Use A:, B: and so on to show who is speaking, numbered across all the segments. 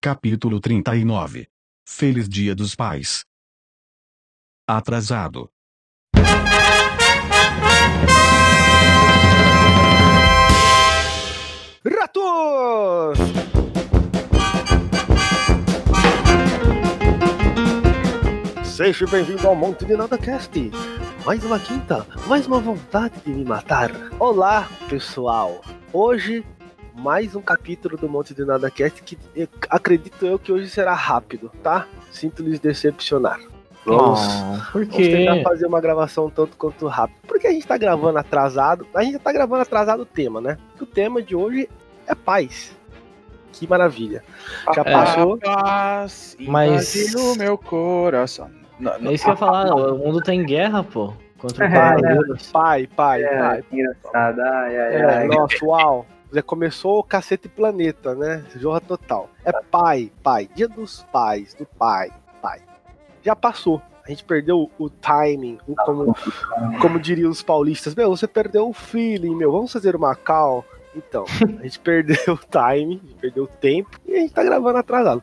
A: Capítulo 39 Feliz Dia dos Pais. Atrasado.
B: Ratos! Seja bem-vindo ao Monte de Nada Cast. Mais uma quinta, mais uma vontade de me matar. Olá, pessoal. Hoje mais um capítulo do Monte de Nada Cast que eh, acredito eu que hoje será rápido, tá? Sinto lhes decepcionar. Vamos,
C: Oh, por
B: vamos
C: quê?
B: tentar fazer uma gravação tanto quanto rápido. Porque a gente tá gravando atrasado. A gente tá gravando atrasado o tema, né? Porque o tema de hoje é paz. Que maravilha. Já
D: É.
E: É.
B: passou.
E: Paz
C: Mas-
E: invadiu o meu coração. Não, não,
C: É isso que eu ia falar, o mundo tá em guerra, pô. Contra o
D: É,
B: né?
C: coronavírus.
B: Pai, pai,
D: É,
B: pai.
D: que engraçado. Ai, ai,
B: É,
D: ai.
B: nossa, uau. Já começou o cacete planeta, né? Jorra total. É pai, pai. Dia dos pais, do pai, pai. Já passou. A gente perdeu o timing, o como, como diriam os paulistas. Meu, você perdeu o feeling, meu. Vamos fazer uma cal. Então, a gente perdeu o timing, a gente perdeu o tempo e a gente tá gravando atrasado.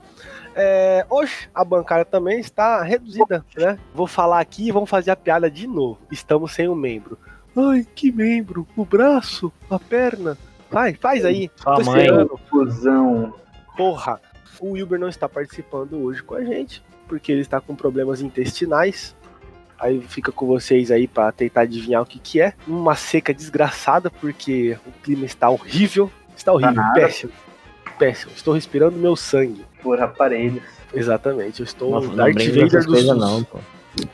B: É, hoje a bancada também está reduzida, né? Vou falar aqui e vamos fazer a piada de novo. Estamos sem um membro. Ai, que membro? O braço? A perna? Vai, faz aí.
C: Sua
B: Tô
C: mãe.
B: esperando.
D: Fusão.
B: Porra. O Wilber não está participando hoje com a gente, porque ele está com problemas intestinais. Aí fica com vocês aí pra tentar adivinhar o que que é. Uma seca desgraçada, porque o clima está horrível. Está horrível,
D: Tá nada.
B: péssimo. Péssimo. Estou respirando meu sangue.
D: Por aparelhos.
B: Exatamente, eu estou
C: Não,
B: o
C: não brinca com essas coisas
B: SUS.
C: não, pô.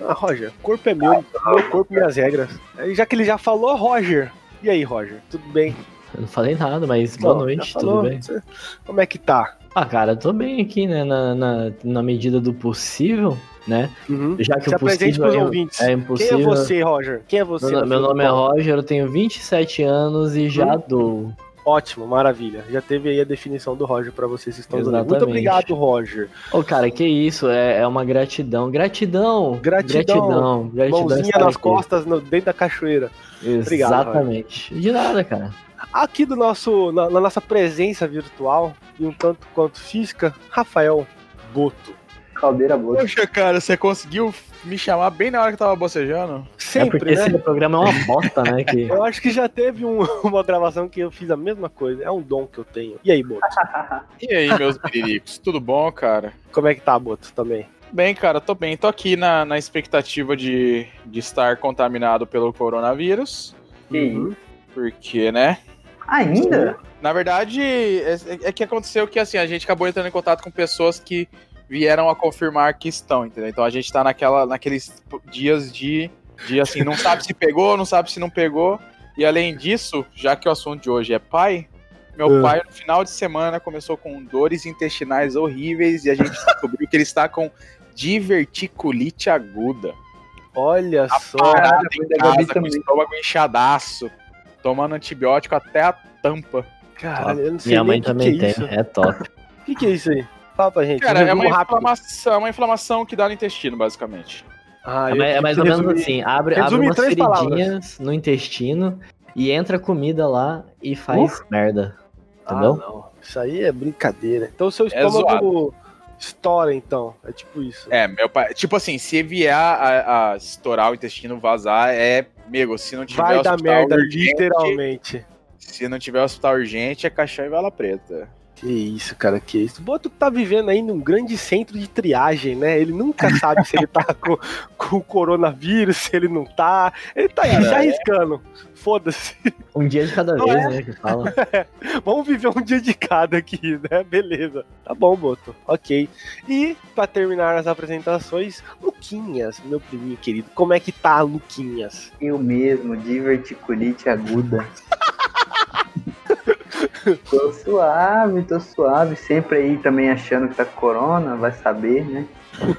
B: Ah, Roger, corpo é meu, meu corpo, minhas regras. Aí, Já que ele já falou, Roger. E aí, Roger? Tudo bem?
C: Eu não falei nada, mas
B: Bom,
C: boa
B: já
C: noite,
B: falou?
C: tudo bem?
B: Cê- Como é que tá?
C: Ah, cara, eu tô bem aqui, né? Na, na, na medida do possível, né? Já que
B: Se
C: o
B: apresente
C: possível
B: pros
C: é,
B: ouvintes.
C: é
B: Quem é
C: impossível.
B: você, Roger? Quem é você?
C: Meu, no-
B: no
C: meu
B: fim do
C: nome é
B: pau? Hum?
C: Roger, eu tenho 27 anos e já dou.
B: Ótimo, maravilha. Já teve aí a definição do Roger pra vocês que estão dando. Muito
C: Exatamente.
B: obrigado, Roger.
C: Ô, cara, que isso? É, é uma gratidão. Gratidão!
B: Gratidão.
C: Gratidão! Gratidão
B: Mãozinha
C: estar
B: nas
C: aqui.
B: costas, no- dentro da cachoeira. Obrigado,
C: Exatamente. De nada, cara.
B: Aqui do nosso, na, na nossa presença virtual, e um tanto quanto física, Rafael Boto.
C: É
D: Caldeira boa.
E: Poxa, cara, você conseguiu me chamar bem na hora que eu tava bocejando?
C: é porque
B: Sempre, né?
C: esse programa é uma bosta, né? Que...
B: Eu acho que já teve um- uma gravação que eu fiz a mesma coisa. É um dom que eu tenho. E aí, Boto?
E: E aí, meus piriricos, tudo bom, cara?
B: Como é que tá, Boto, também?
E: Bem, cara, tô bem. Tô aqui na, na expectativa de, de estar contaminado pelo coronavírus,
D: Que isso?
E: porque, né?
D: Ainda?
E: Na verdade, é, é- é que aconteceu que, assim, a gente acabou entrando em contato com pessoas que vieram a confirmar que estão, entendeu? Então a gente tá naquela, naqueles dias de, de, assim, não sabe se pegou, não sabe se não pegou. E além disso, já que o assunto de hoje é pai, meu
D: É.
B: Ah.
E: pai no final de semana começou com dores intestinais horríveis e a gente descobriu que ele está com diverticulite aguda.
B: Olha só.
E: Parado
D: foi
E: em
D: da Gabi
E: casa, com o
D: também.
E: estômago inchadaço, tomando antibiótico até a tampa.
B: Caralho, eu não sei
C: Minha
B: nem
C: mãe
B: o que
C: também
B: que é
C: tem,
B: isso.
C: é top.
B: O que, que é isso aí? Fala pra gente. um
E: Cara, é
B: resumo
E: uma inflamação, é uma inflamação que dá no intestino, basicamente.
B: Ah,
C: É
B: eu
C: mais- é
B: tive
C: mais
B: que
C: ou menos
B: resumir.
C: assim, abre, abre
B: Resume em
C: umas
B: três
C: feridinhas
B: palavras.
C: no intestino e entra comida lá e faz merda. assim, Entendeu?
B: Ah, não. Isso aí é brincadeira. Então seu
E: É
B: estômago estoura, então. É tipo isso.
E: É, meu pai. Tipo assim, se vier a, a estourar o intestino, vazar, é. Amigo, se não tiver
B: Vai dar
E: hospital
B: merda,
E: urgente,
B: literalmente.
E: Se não tiver hospital urgente, é caixão e vela preta.
B: Que isso, cara, que isso. O Boto tá vivendo aí num grande centro de triagem, né? Ele nunca sabe se ele tá com, com o coronavírus, se ele não tá. Ele tá aí, se arriscando. Foda-se.
C: Um dia de cada
B: Não
C: vez, né? Que fala.
B: Vamos viver um dia de cada aqui, né? Beleza. Tá bom, Boto. Ok. E, pra terminar as apresentações, Luquinhas, meu priminho querido. Como é que tá, Luquinhas?
D: Eu mesmo, diverticulite aguda. tô suave, tô suave. Sempre aí também achando que tá com corona, vai saber, né?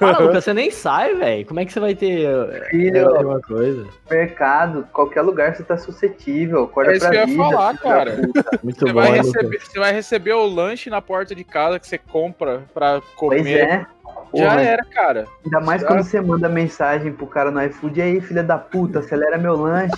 C: Ah, Lucas, você nem sai, velho. Como é que você vai ter eh,
E: É.
D: Filho,
C: alguma coisa?
D: mercado, qualquer lugar você tá suscetível. Acorda
E: É isso
D: pra
E: que eu ia
D: vida.
E: falar,
D: filho da
E: cara.
D: puta.
C: Muito
E: Você
C: bom,
E: vai,
C: né,
E: receber,
C: Lucas?
E: você vai receber o lanche na porta de casa que você compra pra
D: Pois
E: comer.
D: é.
E: Já
D: Porra,
E: era, cara.
D: Ainda mais
E: Será?
D: quando você manda mensagem pro cara no iFood, e aí, filha da puta, acelera meu lanche.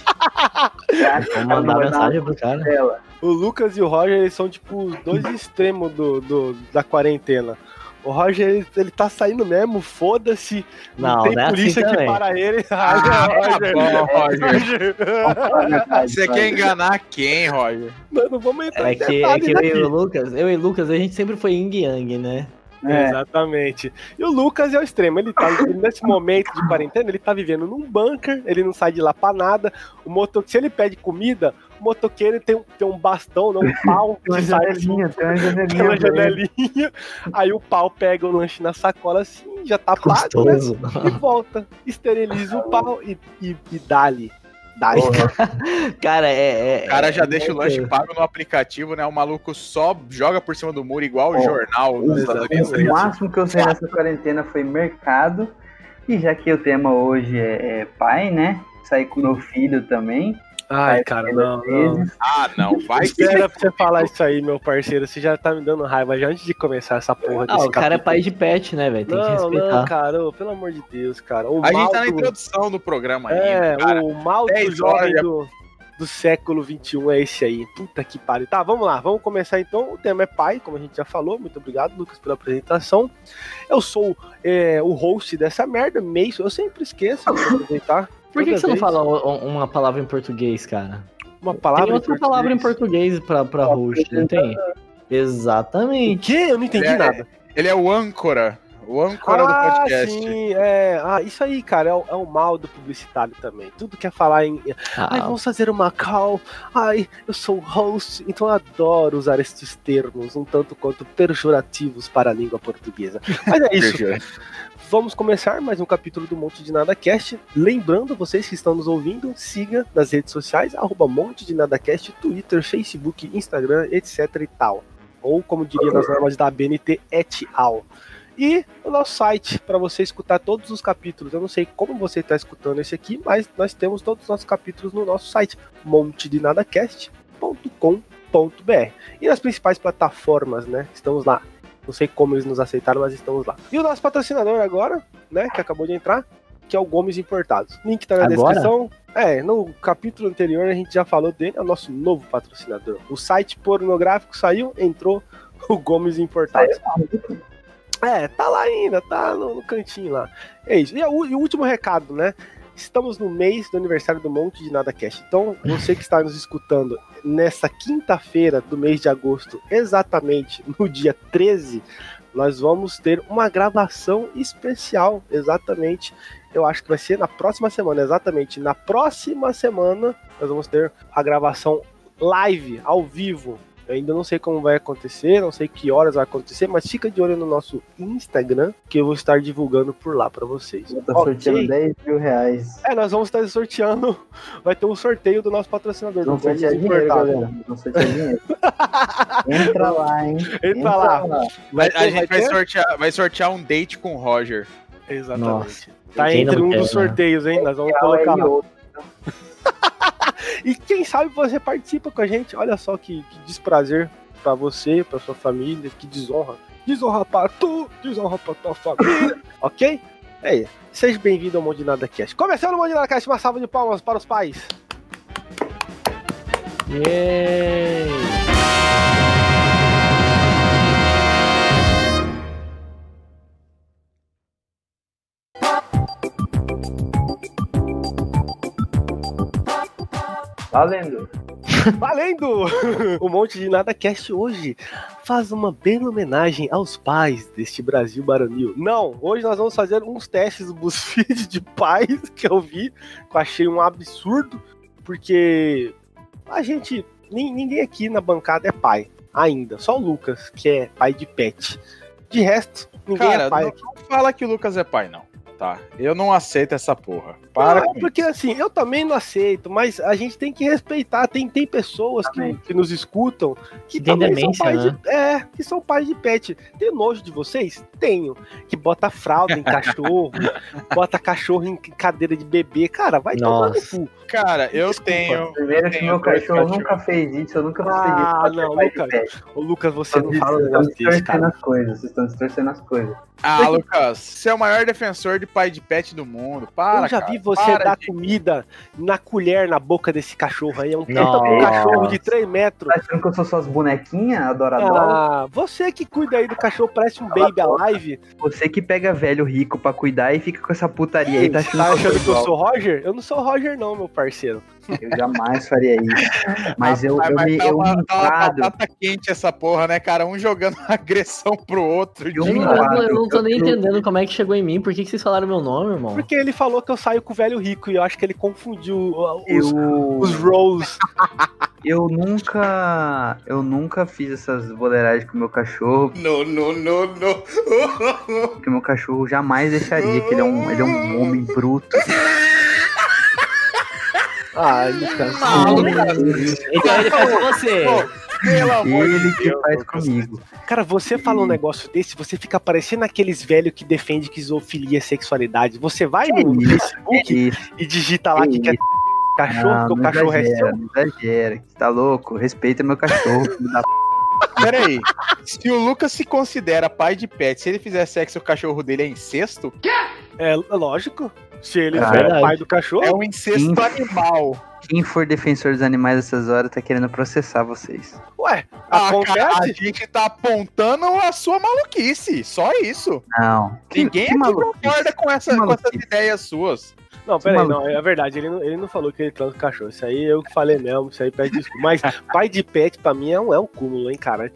D: Caraca,
C: Vamos mandar
D: vai dar
C: mensagem
D: uma
C: pro cara.
D: tela.
B: O Lucas e o Roger, eles são tipo os dois extremos do, do- da quarentena. O Roger, ele, ele tá saindo mesmo, foda-se. Não,
C: Não,
B: tem
C: não é assim
B: polícia que
C: também.
B: para ele.
E: é,
B: Ah,
E: tá
B: Roger,
E: Bom, Roger.
D: Fala a verdade,
E: Você
D: fala.
E: quer enganar quem, Roger?
B: Nós não vamos entrar
C: É
B: em
C: que, é
B: detalhes
C: que eu e
B: aqui.
C: o Lucas, eu e o Lucas, a gente sempre foi yin yang, né?
D: É.
B: Exatamente. E o Lucas é o extremo. Ele tá ele, nesse momento de quarentena, ele tá vivendo num bunker, ele não sai de lá pra nada. O moto, se ele pede comida, o motoqueiro tem, um- tem um bastão, não, um pau
D: Tem uma
B: que sai assim,
D: janelinha, tem uma
B: pela
D: janelinha. velho.
B: janelinha. Aí o pau pega o lanche na sacola assim, já tá pago, né? E volta. Esteriliza o pau e, e, e dá-lhe. Dá-lhe.
C: Cara, é. é-
E: O cara já
C: é-
E: deixa o
C: é-
E: lanche pago no aplicativo, né? O maluco só joga por cima do muro, igual
D: Ó,
E: o jornal dos Estados Unidos.
D: O máximo que eu sei nessa quarentena foi mercado. E já que o tema hoje é, é pai, né? Saí com meu filho também.
B: Ai, cara, não, não.
E: Ah, não, vai
B: Isso
E: que.
B: era pra você falar isso aí, meu parceiro. Você já tá me dando raiva já antes de começar essa porra
C: Ah,
B: desse
C: o cara é
B: capítulo.
C: pai de pet, né, velho? Tem que
B: Não, não,
C: respeitar.
B: cara, ô, pelo amor de Deus, cara. O
E: A
B: mal
E: gente tá na
B: do,
E: introdução do programa ainda,
B: é,
E: cara.
B: o mal do
E: 10
B: jovem
E: horas já-
B: do, do século XXI é esse aí. Puta que pariu. Tá, vamos lá, vamos começar então. O tema é pai, como a gente já falou. Muito obrigado, Lucas, pela apresentação. Eu sou é, o host dessa merda, Mason. Eu sempre esqueço de me apresentar.
C: Por que,
B: Toda
C: que você não
B: vez.
C: fala o- o- uma palavra em português, cara?
B: uma palavra?
C: tem outra
B: em
C: palavra em
B: português?
C: português pra, pra host, não tem?
B: O
C: Exatamente.
B: quê? Eu não entendi
E: É,
B: nada.
E: Ele é o âncora. O âncora do podcast.
B: Ah, sim, é. Ah, isso aí, cara, é o, é o mal do publicitário também. Tudo quer falar em, Ai,
C: Ah,
B: vamos fazer uma call. Ai, eu sou host, então eu adoro usar estes termos, um tanto quanto pejorativos para a língua portuguesa. Mas é isso. Vamos começar mais um capítulo do Monte de Nada Cast. Lembrando vocês que estão nos ouvindo, siga nas redes sociais, arroba Monte de Nada Cast, Twitter, Facebook, Instagram, etc e tal. Ou, como diria nas normas da ABNT, et al. E o nosso site, para você escutar todos os capítulos. Eu não sei como você está escutando esse aqui, mas nós temos todos os nossos capítulos no nosso site, montedinadacast.com.br. E nas principais plataformas, né? Estamos lá. Não sei como eles nos aceitaram, mas estamos lá. E o nosso patrocinador agora, né, que acabou de entrar, que é o Gomes Importados. Link tá na
C: Agora?
B: descrição. É, no capítulo anterior a gente já falou dele, é o nosso novo patrocinador. O site pornográfico saiu, entrou o Gomes Importados. É, tá lá ainda, tá no, no cantinho lá. É isso. E a u- e o último recado, né? Estamos no mês do aniversário do Monte de Nada Cast. Então, você que está nos escutando nessa quinta-feira do mês de agosto, exatamente no dia 13, nós vamos ter uma gravação especial, exatamente. Eu acho que vai ser na próxima semana, exatamente. Na próxima semana, nós vamos ter a gravação live, ao vivo. Eu ainda não sei como vai acontecer, não sei que horas vai acontecer, mas fica de olho no nosso Instagram, que eu vou estar divulgando por lá para vocês.
D: Eu tô
B: Ok?
D: sorteando 10 mil reais.
B: É, nós vamos estar sorteando. Vai ter um sorteio do nosso patrocinador.
D: Não
B: do Gomes
D: sorteia dinheiro,
B: Importados.
D: galera. Não sorteia dinheiro. Entra lá, hein?
B: Entra lá.
E: Vai-
B: ter-
E: a gente vai
B: ter?
E: sortear, vai sortear um date com o Roger.
B: Exatamente.
C: Nossa.
B: Tá
C: Quem
B: entre
C: não
B: um
C: quer,
B: dos
C: né?
B: sorteios, hein? Nós vamos
D: Coloca
B: colocar lá.
D: lá.
B: E quem sabe você participa com a gente. Olha só que, que desprazer pra você, pra sua família, que desonra. Desonra pra tu, desonra pra tua família. ok? É isso. Seja bem-vindo ao Monte de Nada Cast. Começando o Monte de Nada Cast, uma salva de palmas para os pais.
C: yay!
D: Valendo.
B: Valendo! o Monte de Nada Cast hoje faz uma bela homenagem aos pais deste Brasil baronil. Não, hoje nós vamos fazer uns testes do BuzzFeed de pais que eu vi, que eu achei um absurdo, porque a gente, nin- ninguém aqui na bancada é pai ainda, só o Lucas, que é pai de pet. De resto, ninguém
E: Cara,
B: é pai
E: não-
B: aqui.
E: Não fala que o Lucas é pai, não. Tá. Eu não aceito essa porra. Para
B: Para
E: com isso.
B: porque assim, eu também não aceito, mas a gente tem que respeitar. Tem, tem pessoas que,
D: Também.
B: que nos escutam que
C: Que tem
B: também
C: demência,
B: são pais
C: né?
B: de, é, que são pais de pet. Tem nojo de vocês? Tenho. Que bota fralda em cachorro, bota cachorro em cadeira de bebê. Cara, vai tomar no
C: Nossa.
B: cu.
E: Cara, eu
B: Desculpa.
E: tenho.
D: Primeiro que
E: Tenho
D: meu
E: dois
D: cachorro
E: cachorros.
D: nunca fez isso, eu nunca fiz
B: Ah,
D: isso.
B: não,
D: Mas
B: Lucas,
D: pede.
B: Ô, Lucas, você
D: Vocês
B: não
D: falam,
B: fala um
D: estão
E: né?
B: negócio desse,
D: distorcendo
B: cara.
D: as coisas, vocês estão distorcendo as coisas.
E: Ah, Lucas, você é o maior defensor de de pai de pet do mundo. Para,
B: eu já
E: cara,
B: vi você
E: para
B: dar
E: de-
B: comida na colher na boca desse cachorro aí. É um puta
C: Nossa.
B: de um cachorro de 3 metros.
D: Tá achando que eu sou suas bonequinhas, adoradora?
B: Ah, você que cuida aí do cachorro, parece um baby alive.
D: Você que pega velho rico pra cuidar e fica com essa putaria aí, tá achando,
B: Tá achando que eu
D: igual.
B: sou Roger? Eu não sou Roger, não, meu parceiro.
D: Eu jamais faria isso. Mas eu,
E: Rapaz,
D: eu,
E: mas
D: me,
E: tá
D: eu
E: uma- tá uma
D: limpado.
E: batata quente essa porra, né, cara? Um jogando agressão pro outro.
B: um
D: Eu
C: Eu
E: de-
C: não,
D: Claro,
C: eu não tô nem
D: eu-
C: entendendo como é que chegou em mim. Por que, que vocês falaram meu nome, irmão?
B: Porque ele falou que eu saio com o velho rico e eu acho que ele confundiu uh, os,
D: Eu,
B: os roles.
D: eu nunca. Eu nunca fiz essas boleiragens com meu cachorro,
E: Não, não, não, não.
D: porque meu cachorro jamais deixaria, que ele é um, ele é um homem
B: Tá
D: bruto.
B: Ah, ele
E: Hum,
B: tá-
D: é assim. um
E: Maluco, cara.
C: Então ele faz com você.
E: Pô, Pelo
B: tá
E: amor
D: Ele
E: de
D: que
E: Deus,
D: faz
E: Lucas.
D: comigo.
B: Cara, você fala
D: Hum.
B: um negócio desse, você fica parecendo aqueles velhos que defende que zoofilia é sexualidade. Você vai
D: Que
B: no
D: É isso,
B: Facebook
D: Isso,
B: e digita lá que
D: que
B: quer
D: isso.
B: Tá cachorro,
D: não,
B: que o
D: não
B: cachorro é seu.
D: exagera, não exagera. que Tá louco? Respeita meu cachorro, filho da
E: Peraí. Se o Lucas se considera pai de pet, se ele fizer sexo, o cachorro dele é incesto?
B: É lógico. Se ele
D: É
B: for o
C: verdade.
B: pai do cachorro,
E: É um incesto
D: Sim.
E: animal.
D: Quem for defensor dos animais essas horas tá querendo processar vocês.
B: ué,
E: Ah, cara, a
B: acontece.
E: gente tá apontando a sua maluquice. Só isso.
D: Não. Que,
E: Ninguém
D: que
E: aqui
D: maluco.
E: concorda com, essa,
D: Que
E: com essas
D: maluquice.
E: ideias suas.
B: Não, peraí,
D: maluco.
B: não, é verdade, ele não, ele não falou que ele transa com cachorro. Isso aí eu que falei mesmo, isso aí pede desculpa. Mas pai de pet, pra mim, é um, é um cúmulo, hein, cara.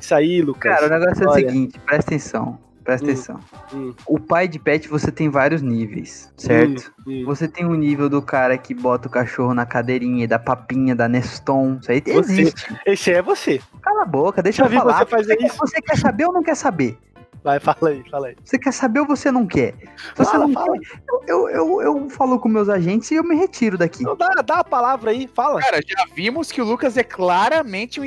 B: Isso aí, Lucas.
E: né?
D: Cara, o negócio é o
B: Olha.
D: seguinte, presta atenção. Presta
B: Hum,
D: atenção.
B: hum.
D: O pai de pet você tem vários níveis, certo?
B: hum.
D: Você tem o nível do cara que bota o cachorro na cadeirinha, da papinha, da Neston. Isso aí
B: Você-
D: existe.
B: Esse é você.
D: Cala a boca, deixa
B: Já
D: eu
B: vi
D: falar.
B: você fazer
D: quer-
B: isso.
D: você quer saber ou não quer saber?
B: Vai, fala aí, fala aí.
D: Você quer saber ou você não quer? Se você
B: Fala,
D: não
B: fala.
D: quer, eu, eu, eu, eu falo com meus agentes e eu me retiro daqui.
B: Não, dá, dá a palavra aí, fala.
E: Cara, já vimos que o Lucas é claramente um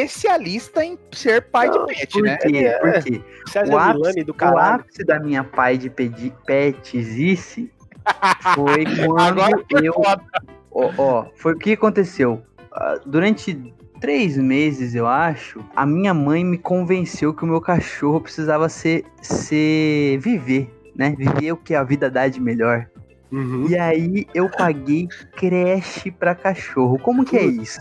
E: especialista em ser pai de pet,
D: Por
E: né?
D: quê?
B: É.
D: Por quê?
B: César
D: o ápice-
B: Milani do
D: O
B: caralho.
D: ápice da minha pai de pedi- petizice foi quando
E: Agora foi
D: eu.
E: foda.
D: Ó, ó, foi o que aconteceu. Ah, Durante três meses, eu acho, a minha mãe me convenceu que o meu cachorro precisava ser. ser viver, né? Viver o que a vida dá de melhor.
B: Uhum.
D: E aí eu paguei creche pra cachorro. Como que é isso?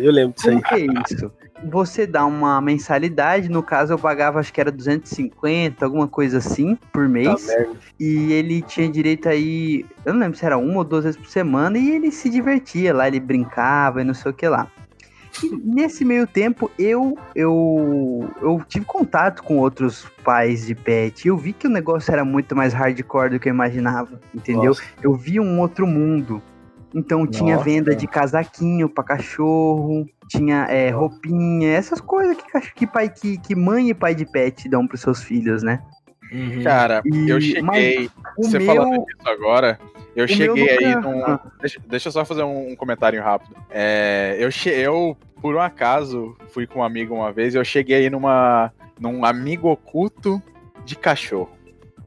B: Eu lembro disso aí.
D: Como que é isso? Você dá uma mensalidade, no caso eu pagava, acho que era 250, alguma coisa assim, por
B: Tá
D: mês.
B: merda.
D: e ele tinha direito aí, eu não lembro se era uma ou duas vezes por semana, e ele se divertia lá, ele brincava e não sei o que lá. E nesse meio tempo, eu, eu, eu tive contato com outros pais de pet. E eu vi que o negócio era muito mais hardcore do que eu imaginava, entendeu?
B: Nossa.
D: Eu vi um outro mundo. Então tinha
C: Nossa.
D: venda de casaquinho pra cachorro, tinha é, roupinha, essas coisas que, cach- que pai que, que mãe e pai de pet dão pros seus filhos, né?
C: Uhum.
E: Cara,
D: E-
E: eu cheguei.
D: O
E: Você falando disso agora, eu cheguei
D: meu
E: aí
D: nunca-
E: num. Deixa, deixa eu só fazer um, um comentário rápido. É, eu, che... eu, por um acaso, fui com um amigo uma vez e eu cheguei aí numa... num amigo oculto de cachorro.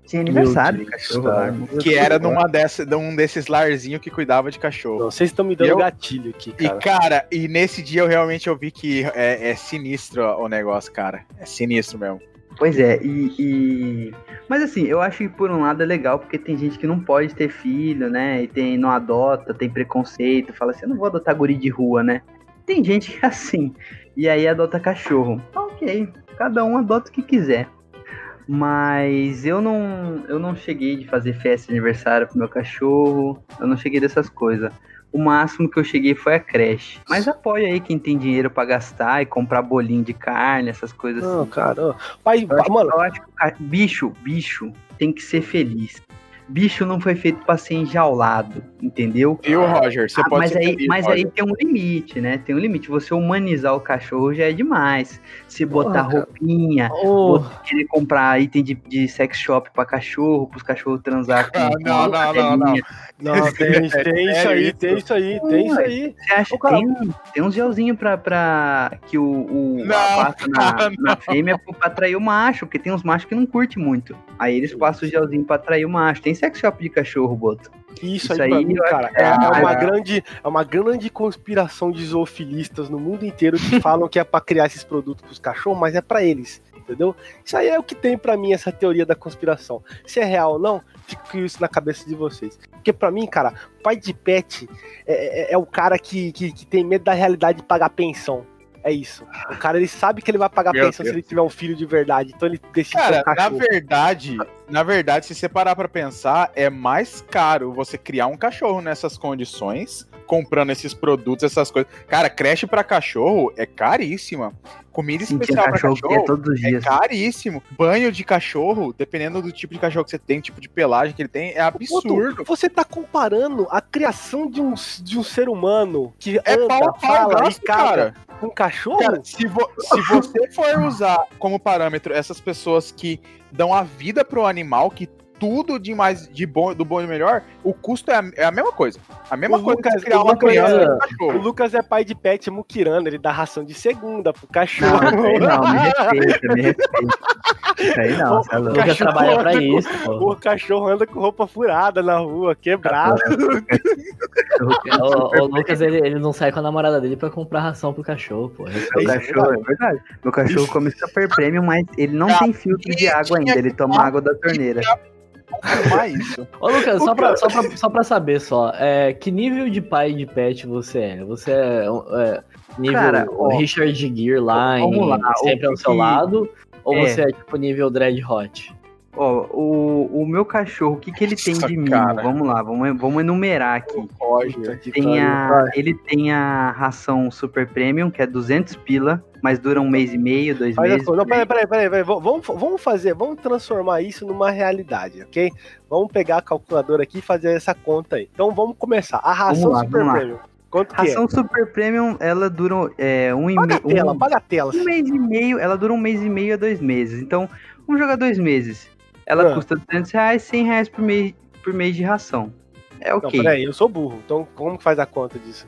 D: Tinha aniversário
B: Meu
D: de
B: Deus, tá.
D: cachorro.
B: cara.
D: né?
E: Que era numa dessa, num desses larzinhos que cuidava de cachorro.
B: Não, vocês estão me dando
E: Eu-
B: gatilho aqui, cara.
E: E, cara, e nesse dia eu realmente eu vi que é, é sinistro o negócio, cara. É sinistro mesmo.
D: Pois é, e, e- Mas assim, eu acho que por um lado é legal, porque tem gente que não pode ter filho, né? E tem, não adota, tem preconceito, fala assim, eu não vou adotar guri de rua, né? Tem gente que é assim, e aí adota cachorro. Ok, cada um adota o que quiser. Mas eu não, eu não cheguei de fazer festa de aniversário pro meu cachorro, eu não cheguei dessas coisas. O máximo que eu cheguei foi a creche. Mas apoia aí quem tem dinheiro pra gastar e comprar bolinho de carne, essas coisas
B: Não,
D: assim.
B: cara. ó. Pai,
D: Eu
B: pa-
D: acho,
B: mano,
D: eu acho que o ca- bicho, bicho tem que ser feliz. Bicho não foi feito pra ser enjaulado, entendeu?
E: Viu, Roger? Você
D: Ah,
E: pode
D: mas
E: ser
D: aí,
E: feliz,
D: mas
E: Roger.
D: aí tem um limite, né? Tem um limite. Você humanizar o cachorro já é demais. Se botar
C: cara.
D: roupinha,
C: Ô,
D: querer comprar item de, de sex shop pra cachorro, pros cachorros transar com
E: Ah, não,
D: com
E: não,
D: a
E: não, não.
D: velhinha.
B: não, tem, tem isso aí, tem isso aí, tem isso aí.
D: Você acha
B: Ô, cara,
D: que tem, um- tem uns gelzinhos pra, pra que o, o
E: Não,
D: a passa na,
E: cara,
D: na fêmea pra pra atrair o macho, porque tem uns machos que não curte muito. Aí eles passam o gelzinho pra atrair o macho. Tem sex shop de cachorro, Boto.
B: Isso,
D: Isso
B: aí, pra
D: aí,
B: mim,
D: eu acho
B: cara,
D: que
B: é, é
E: é-
B: uma grande, é uma grande conspiração de zoofilistas no mundo inteiro que falam que é pra criar esses produtos pros cachorros, mas é pra eles. entendeu? Isso aí é o que tem pra mim essa teoria da conspiração. Se é real ou não, fico isso na cabeça de vocês. Porque pra mim, cara, pai de pet é, é- é o cara que, que, que tem medo da realidade de pagar pensão. É isso. O cara ele sabe que ele vai pagar
E: Meu
B: pensão se ele tiver um filho de verdade. Então ele decide ser
E: Cara,
B: um
E: na
B: cachorro.
E: verdade, na verdade, se você parar pra pensar, é mais caro você criar um cachorro nessas condições, comprando esses produtos, essas coisas. Cara, creche pra cachorro é caríssima. Comida
D: Sim, tinha
E: especial pra
D: cachorro que é
E: cachorro
D: todos os
E: é
D: dias.
E: caríssimo. Banho de cachorro, dependendo do tipo de cachorro que você tem, tipo de pelagem que ele tem, é absurdo.
B: Puto, Você tá comparando a criação de um, de um ser humano que
E: É
B: anda,
E: pau a pau,
B: fala e
E: gasto,
B: caga
E: cara.
B: com um cachorro?
E: Cara, se, vo- se você for usar como parâmetro essas pessoas que dão a vida pro animal, que tudo de mais de bom, do bom e do melhor, o custo é a, é a mesma coisa. A mesma
B: O
E: coisa que
B: Lucas-
E: você criar
B: o
E: uma
B: Lucas-
E: criança e um
B: o
E: cachorro.
B: Lucas é pai de pet muquirana, ele dá ração de segunda pro
D: Não,
B: cachorro.
D: isso aí não, me respeita, me respeita. Isso aí não, você é
C: O
D: louco.
C: Lucas
B: cachorro
C: trabalha pra
B: anda com-
C: isso, pô.
B: O cachorro anda com roupa furada na rua, quebrado.
C: O, o Lucas, ele, ele não sai com a namorada dele pra comprar ração pro cachorro, pô.
D: Meu
B: Isso é
D: cachorro, é verdade. Meu cachorro come super premium, mas ele não
E: Ah,
D: tem filtro de água ainda. Ele toma água da torneira.
E: Confirmar é isso.
C: Ô, Lucas, só pra, só, pra, só pra saber só, é, que nível de pai de pet você é? Você é, é, nível
D: Cara, ó,
C: Richard Gere lá,
D: vamos
C: em,
D: lá,
C: sempre ao
D: o
C: seu
D: que-
C: lado? Ou
D: É.
C: você é tipo nível Dread Hot?
D: Ó, o, o meu cachorro, o que, que ele tem
E: Nossa,
D: de mimo?
E: cara.
D: Vamos lá, vamos, vamos enumerar aqui.
E: Roger.
D: Tem a, ele tem a ração super premium, que é 200 pila, mas dura um mês e meio, dois
B: Olha
D: meses.
B: só, não, peraí, peraí, peraí, peraí, Vamos, vamos fazer, vamos transformar isso numa realidade, ok? Vamos pegar a calculadora aqui e fazer essa conta aí. Então vamos começar. A ração
D: Vamos lá,
B: super
D: vamos lá.
B: premium. Quanto que é?
D: Ração super premium, ela dura é, um, e me-
B: Bagatela,
D: um,
B: bagatela.
D: um mês e meio, ela dura um mês e meio a dois meses. Então, vamos jogar dois meses. Ela
B: Ah.
D: custa 200 reais, 100 reais por mês, por mês de ração. É
B: Não,
D: ok.
B: peraí, eu sou burro. Então como que faz a conta disso?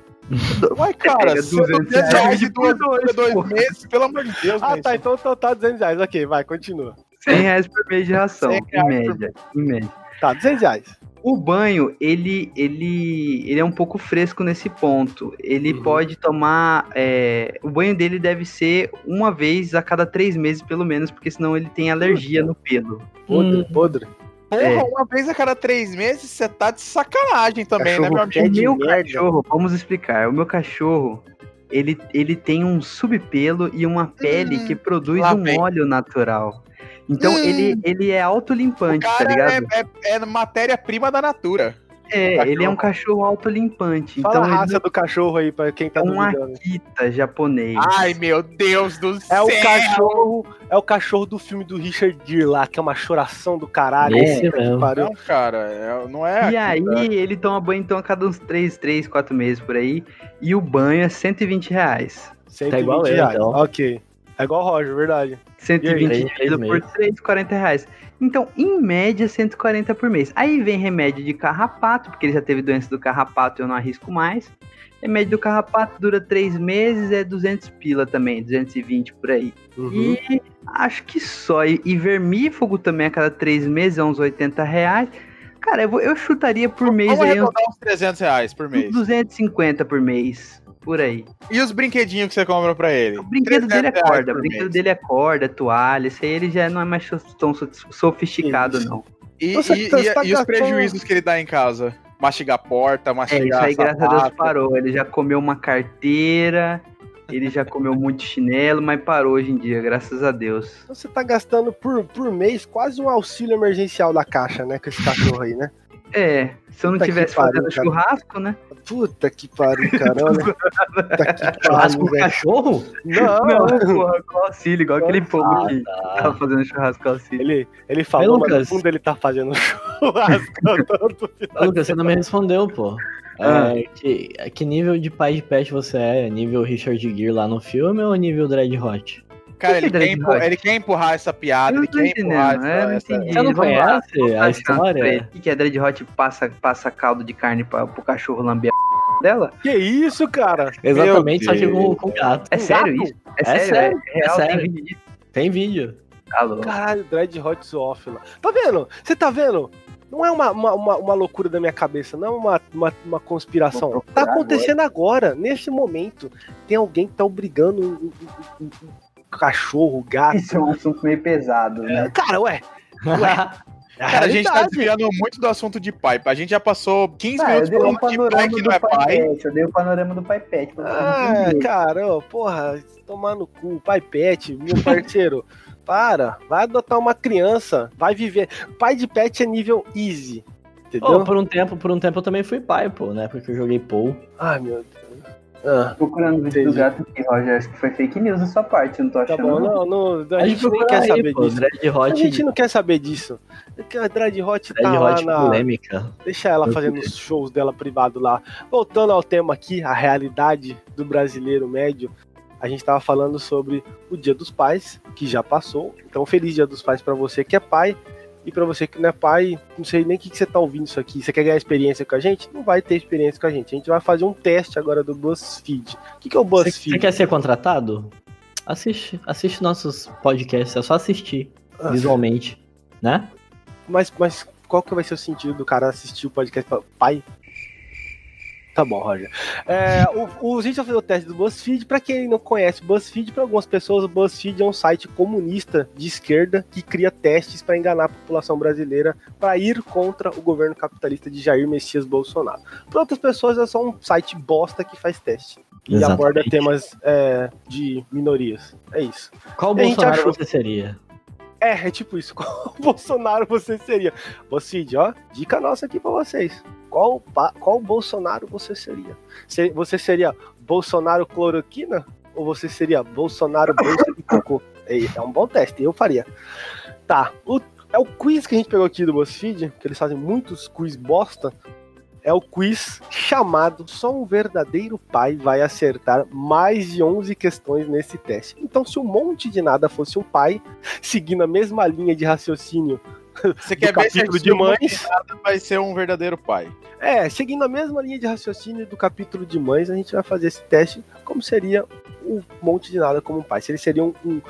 E: Ué, é, cara,
D: Pega
E: 200
D: 200
E: reais de
B: por
E: duas, dois meses, pelo amor de Deus,
B: Ah,
E: né,
B: tá,
E: isso.
B: então tá, tá 200 reais. Ok, vai, continua.
D: 100 reais por mês de ração,
E: 100
D: em
E: reais por
D: média, em média.
B: Tá, 200 reais.
D: O banho, ele, ele, ele é um pouco fresco nesse ponto. Ele
B: Uhum.
D: pode tomar. é, o banho dele deve ser uma vez a cada três meses, pelo menos, porque senão ele tem alergia no pelo.
B: Podre,
C: Hum.
B: podre.
D: É.
E: Porra, uma vez a cada três meses, você tá de sacanagem também, né,
D: Cachorro
E: meu
D: o
E: amigo?
B: de
D: meu
B: merda.
D: cachorro, vamos explicar. O meu cachorro, ele, ele tem um subpelo e uma pele que produz
E: lá
D: um
E: vem.
D: óleo natural. Então
E: Hum.
D: ele, ele é
E: O
D: autolimpante, tá
E: cara
D: ligado?
E: é, é- é matéria-prima da natura.
D: É,
E: cachorro.
D: ele é um cachorro autolimpante.
B: Fala
D: Então
B: a
D: ele
B: raça do cachorro aí, pra quem tá
D: é um
B: duvidando.
E: né?
D: akita japonês.
E: Ai, meu Deus do
B: É
E: céu.
B: o cachorro, é o cachorro do filme do Richard Gere lá, que é uma choração do caralho.
C: Esse
B: Puta que
C: mesmo. Tá
B: pariu.
E: Não, cara, é- não é.
D: E aí,
E: aqui, né?
D: ele toma banho então a cada uns 3, 3, 4 meses por aí. E o banho é 120 reais.
B: 120
C: Tá igual eu,
B: reais.
C: então.
B: Ok. É igual o Roger, verdade.
D: 120
C: três, três
D: dividido por
C: meses.
D: 3, 40 reais. Então, em média, 140 por mês. Aí vem remédio de carrapato, porque ele já teve doença do carrapato e eu não arrisco mais. Remédio do carrapato dura 3 meses, é 200 pila também, 220 por aí.
C: Uhum.
E: Uhum.
D: E acho que só. E, e vermífugo também a cada 3 meses é uns 80 reais. Cara, eu, vou- eu chutaria por mês
E: Vamos
D: aí uns
E: arredondar uns 300 reais por mês.
D: 250 por mês. Por aí.
E: E os brinquedinhos que você compra pra ele?
D: O
E: 300
D: brinquedo dele é
E: reais
D: corda. O
E: por
D: brinquedo
E: mês.
D: dele é corda, toalha. Isso aí ele já não é mais tão so- sofisticado, não.
E: E,
B: Você-
E: e-
B: você
E: e-
B: tá
E: e os
B: gastando-
E: prejuízos que ele dá em casa? Mastigar a porta,
D: É, isso
E: mastigar
D: aí, graças a Deus,
E: sapato.
D: parou. Ele já comeu uma carteira, ele já comeu muito chinelo, mas parou hoje em dia, graças a Deus.
B: Então você tá gastando por, por mês quase um auxílio emergencial da caixa, né? Com esse cachorro aí, né?
D: É, se eu não
B: Puta que
D: tivesse
B: pariu,
D: fazendo
B: cara.
D: churrasco, né?
B: Puta que pariu, cara. Olha. Puta que
C: Churrasco
B: pariu,
C: com
B: velho.
C: cachorro?
B: Não,
D: Não, porra, com auxílio, igual aquele povo que
C: Ah,
D: tava fazendo churrasco com auxílio.
B: Ele, ele falou,
C: Ei,
B: mas no
C: Lucas.
B: fundo ele tá fazendo churrasco todo
C: tá. Ô, Lucas, você não me respondeu, pô. É,
D: Ah.
C: que, que nível de pai de pet você é? Nível Richard Gere lá no filme ou nível Dread Hot?
E: Cara, ele
D: Por que
E: quer,
D: Dread
E: empu-
D: Hot?
E: ele quer empurrar essa piada,
D: Eu
E: ele
D: não tô
E: quer empurrar
D: entendendo, né?
E: essa,
D: eu não
E: essa-
D: entendi.
C: Você não
D: Vamos lá,
C: conhece É a história?
D: Ah, tá. O que que é Dread Hot passa, passa caldo de carne pra, pro cachorro lamber a dela?
B: Que isso, cara?
C: Exatamente, só que
E: Meu
C: com, com gato.
D: É
B: Um
D: sério
B: gato?
D: isso? É, sério, é, real,
C: sério.
D: tem vídeo disso.
C: Tem vídeo.
D: Tá louco.
B: Caralho, Dread Hot Zoófila. Tá vendo? Você tá vendo? Não é uma, uma, uma, uma loucura da minha cabeça, não é uma, uma, uma conspiração.
D: Vou
B: Tá
D: procurar
B: acontecendo agora. neste momento. Tem alguém que tá obrigando um, um- um- um- um cachorro, gato.
D: Isso é um assunto meio pesado, né?
B: Cara, ué.
E: Cara, a gente tá
B: realidade.
E: desviando muito do assunto de pai. A gente já passou 15
D: Ah, eu
E: minutos
D: dei um
E: falando de pai
D: panorama
E: que
D: do
E: não é pai.
D: Pet, eu dei o panorama do pai Pet. pra você
B: Ah,
D: entender.
B: cara, ô, porra, tomar no cu, pai pet, meu parceiro. Para, vai adotar uma criança, vai viver. Pai de pet é nível easy, entendeu?
C: Ô, por um tempo, por um tempo eu também fui pai, pô, na época que eu joguei Paul.
B: Ai, meu Deus. Ah,
D: Procurando o vídeo
B: Entendi.
D: do gato aqui, Roger. Acho que foi fake news da sua parte, eu não tô
B: tá
D: achando.
B: bom,
D: não.
B: não, não, a
C: Pode
B: gente nem
C: procurar
B: quer
C: aí,
B: saber
C: pô,
B: disso.
C: Dread
B: A
C: Hot,
B: gente não quer saber disso. A Dread Hot tá
C: Dread
B: lá
C: Hot
B: na...
C: polêmica.
B: Deixa ela
C: Eu
B: fazendo os shows dela privado lá. Voltando ao tema aqui, a realidade do brasileiro médio. A gente tava falando sobre o Dia dos Pais, que já passou. Então, feliz Dia dos Pais para você que é pai. E para você que não é pai, não sei nem o que, que você tá ouvindo isso aqui. Você quer ganhar experiência com a gente? Não vai ter experiência com a gente. A gente vai fazer um teste agora do BuzzFeed. O que, que é o
C: Você, você
B: BuzzFeed?
C: quer ser contratado? Assiste, assiste nossos podcasts, é só assistir
B: Ah.
C: visualmente, né?
B: Mas, mas qual que vai ser o sentido do cara assistir o podcast pra... pai? Tá bom, Roger. É, o, o, a gente vai fazer o teste do BuzzFeed. Pra quem não conhece o BuzzFeed, pra algumas pessoas, o BuzzFeed é um site comunista de esquerda que cria testes pra enganar a população brasileira pra ir contra o governo capitalista de Jair Messias Bolsonaro. Pra outras pessoas, é só um site bosta que faz teste e
C: Exatamente.
B: aborda temas é, de minorias. É isso.
C: Qual
B: A gente
C: Bolsonaro
B: achou.
C: você seria?
B: É, é tipo isso. Qual Bolsonaro você seria? Bocid, ó, dica nossa aqui pra vocês. Qual, pa- qual Bolsonaro você seria? Se- Você seria Bolsonaro cloroquina? Ou você seria Bolsonaro bolsa de cocô? É, é um bom teste, eu faria. Tá, o- é o quiz que a gente pegou aqui do BuzzFeed, que eles fazem muitos quiz bosta. É o quiz chamado Só um verdadeiro pai vai acertar mais de 11 questões nesse teste. Então, se um monte de nada fosse um pai, seguindo a mesma linha de raciocínio
E: Você
B: do
E: quer ver se
B: capítulo de mães.
E: vai ser um verdadeiro pai.
B: É, seguindo a mesma linha de raciocínio do capítulo de mães, a gente vai fazer esse teste como seria um monte de nada como um pai. Se ele seria um, um,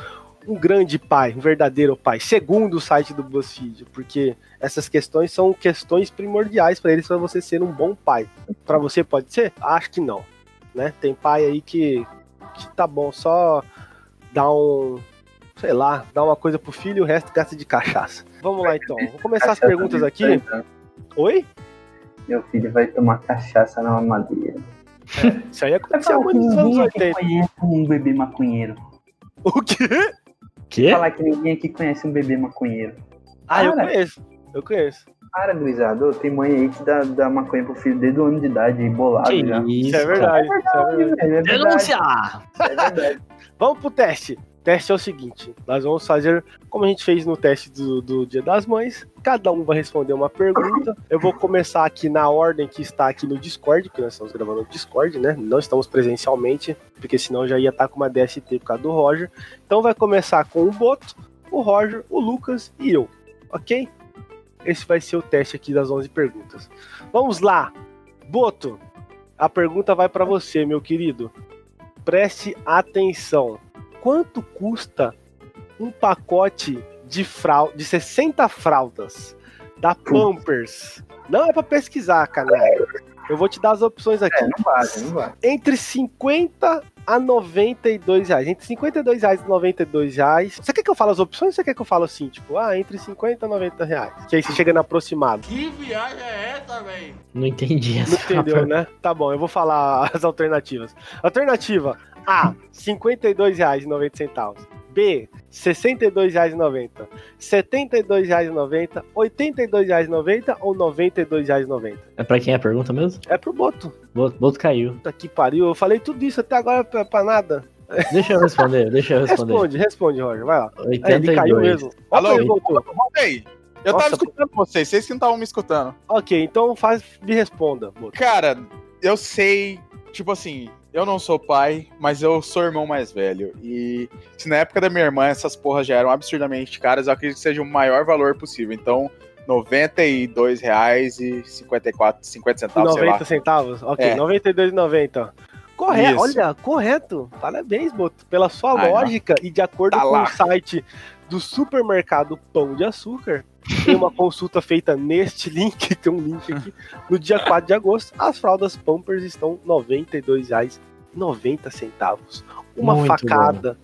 B: um grande pai, um verdadeiro pai, segundo o site do BuzzFeed, porque essas questões são questões primordiais para eles para você ser um bom pai. Para você pode ser? Acho que não, né? Tem pai aí que, que tá bom, só dá um, sei lá, dá uma coisa pro filho e o resto gasta de cachaça. Vamos lá então. Vou começar as
D: Cachaça
B: perguntas
D: de
B: aqui.
D: dois anos.
B: Oi?
D: Meu filho vai tomar cachaça na mamadeira.
B: Isso aí
E: é
D: Vai
B: aconteceu
D: falar que
B: muito nos anos
D: ninguém aqui
B: 80.
D: conhece um bebê maconheiro.
B: O quê?
C: Quê?
D: Falar que ninguém aqui conhece um bebê maconheiro.
B: Ah, eu
D: Cara.
B: conheço. Eu conheço.
D: Para, gurizada, ô, tem mãe aí que dá, dá maconha pro filho desde o ano de idade, aí bolado
C: Que
D: já.
C: isso,
B: Isso é
C: cara.
B: verdade. Isso é verdade.
D: velho, é verdade,
C: Denunciar!
D: é verdade.
B: Vamos pro teste. O teste é o seguinte: nós vamos fazer como a gente fez no teste do, do Dia das Mães. Cada um vai responder uma pergunta. Eu vou começar aqui na ordem que está aqui no Discord, porque nós estamos gravando no Discord, né? Não estamos presencialmente, porque senão eu já ia estar com uma DST por causa do Roger. Então vai começar com o Boto, o Roger, o Lucas e eu, ok? Esse vai ser o teste aqui das 11 perguntas. Vamos lá! Boto, a pergunta vai para você, meu querido. Preste atenção. Quanto custa um pacote de, frau de 60 fraldas da Pampers? Não é para pesquisar, canalha. Eu vou te dar as opções aqui.
D: É, Não vale, não vale.
B: Entre 50 a 92 reais. Entre 52 reais e 92 reais. Você quer que eu fale as opções ou você quer que eu fale assim? Tipo, ah, entre 50 e 90 reais. Que aí você chega na aproximada.
C: Não entendi essa.
B: Não entendeu, né? Tá bom, eu vou falar as alternativas. Alternativa A, R$ 52,90. B, R$ 62,90. R$ 72,90, R$ 82,90 ou R$ 92,90?
C: É pra quem é a pergunta mesmo?
B: É pro Boto.
C: Boto, Boto caiu.
B: Puta que pariu, eu falei tudo isso até agora pra, pra nada.
C: Deixa eu responder, deixa eu responder.
B: Responde, responde, Roger, vai lá. É,
C: 82.
B: ele caiu mesmo. Olha
E: Alô?
B: pra ele, Boto.
E: Ei, eu
B: Nossa,
E: tava escutando vocês, vocês que não estavam me escutando.
B: Ok, então faz, me responda, Boto.
E: Cara, eu sei, tipo assim, eu não sou pai, mas eu sou irmão mais velho. E se na época da minha irmã essas porras já eram absurdamente caras, eu acredito que seja o maior valor possível. Então, R$ 92,54, 50 centavos, Ah, sei lá.
B: 90 centavos? Ok,
E: É.
B: 92,90. Correto,
E: Isso.
B: olha, correto. Parabéns, Boto, pela sua
E: Ai,
B: lógica e de acordo
E: Tá
B: com
E: lá.
B: o site do supermercado Pão de Açúcar, tem uma consulta feita neste link, tem um link aqui, no dia 4 de agosto, as fraldas Pampers estão R$ 92,90. Uma
C: Muito
B: facada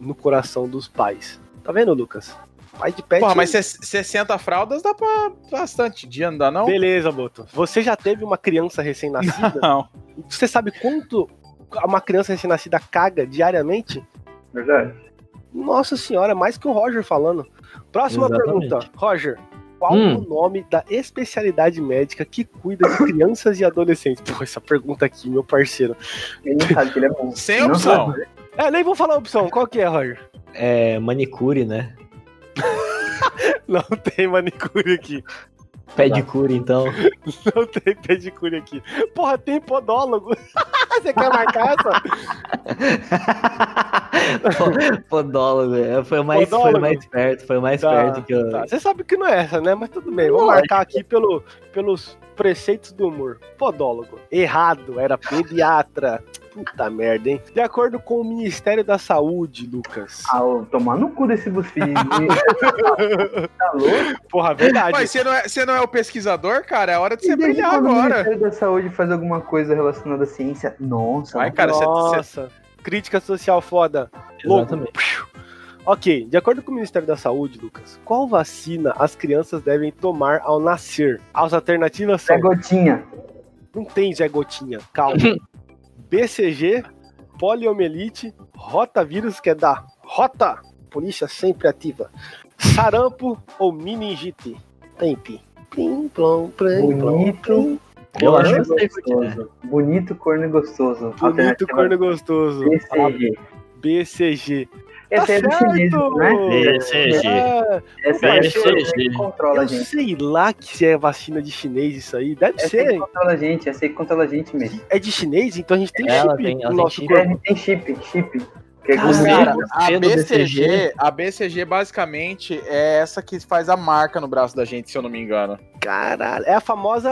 B: no coração dos pais. Tá vendo, Lucas? Pai de pet. é
E: Porra, mas 60 fraldas dá pra bastante dia, não dá não?
B: Beleza, Boto. Você já teve uma criança recém-nascida?
E: Não.
B: Você sabe quanto uma criança recém-nascida caga diariamente?
D: Verdade.
B: Nossa senhora, mais que o Roger falando. Próxima
C: Exatamente.
B: pergunta. Roger, qual
C: Hum.
B: o nome da especialidade médica que cuida de crianças e adolescentes? Pô, essa pergunta aqui, meu parceiro.
D: Ele não sabe que ele é bom.
E: Sem
D: Não
E: opção.
D: sabe.
B: É, nem vou falar a opção. Qual que é, Roger?
C: É manicure, né?
B: Não tem manicure aqui.
C: Pedicure, então.
B: Não tem pedicure aqui. Porra, tem podólogo. Você quer marcar essa?
C: Po- Podólogo. é, Foi o mais, foi o
B: Podólogo?
C: mais perto, foi o mais
B: Tá,
C: perto que eu.
B: Tá, Você sabe que não é essa, né? Mas tudo bem. Vou marcar aqui pelo, pelos preceitos do humor. Podólogo. Errado. Era pediatra. Puta merda, hein? De acordo com o Ministério da Saúde, Lucas.
D: Ah, ô, tomar no cu desse BuzzFeed. tá louco?
B: Porra, verdade.
E: Mas você não, é, você não é o pesquisador, cara? É hora de você
D: E desde
E: brilhar
D: quando O
E: agora.
D: Ministério da Saúde faz alguma coisa relacionada à ciência. Nossa.
E: Vai, cara, você- você-
B: Nossa. Crítica social foda. Louco.
C: Exatamente.
B: Ok, de acordo com o Ministério da Saúde, Lucas, qual vacina as crianças devem tomar ao nascer? As alternativas são
D: É gotinha.
B: Não tem Zé Gotinha, calma. BCG, poliomielite, rotavírus, que é da rota, polícia sempre ativa. Sarampo ou meningite? Tempi. Plim, plom, plim, plom, plim.
C: Eu acho que eu
D: corno
C: sei porque é.
D: gostoso. Bonito, corno e gostoso.
B: Bonito,
D: Alternativa
B: corno gostoso.
D: BCG.
B: BCG.
E: Tá
D: Esse é do chinês, né?
B: é
F: BCG.
B: Ah,
D: Essa é a
F: BCG.
D: chinesa que controla a
B: eu
D: gente.
B: sei lá que é vacina de chinês isso aí. Deve
D: É Essa aí
B: ser.
D: que controla a gente. é Essa aí que controla a gente mesmo.
B: É de chinês, então a gente tem
C: Ela
B: chip
C: tem- ela
B: no
C: tem
B: nosso
C: chip.
D: É, a
B: corpo.
D: gente tem chip, chip. Que é
C: Caralho.
D: gostoso.
E: Cara,
C: Gostoso.
E: a
C: Gostoso.
E: BCG, a BCG basicamente é essa que faz a marca no braço da gente, se eu não me engano.
B: Caralho. É a famosa.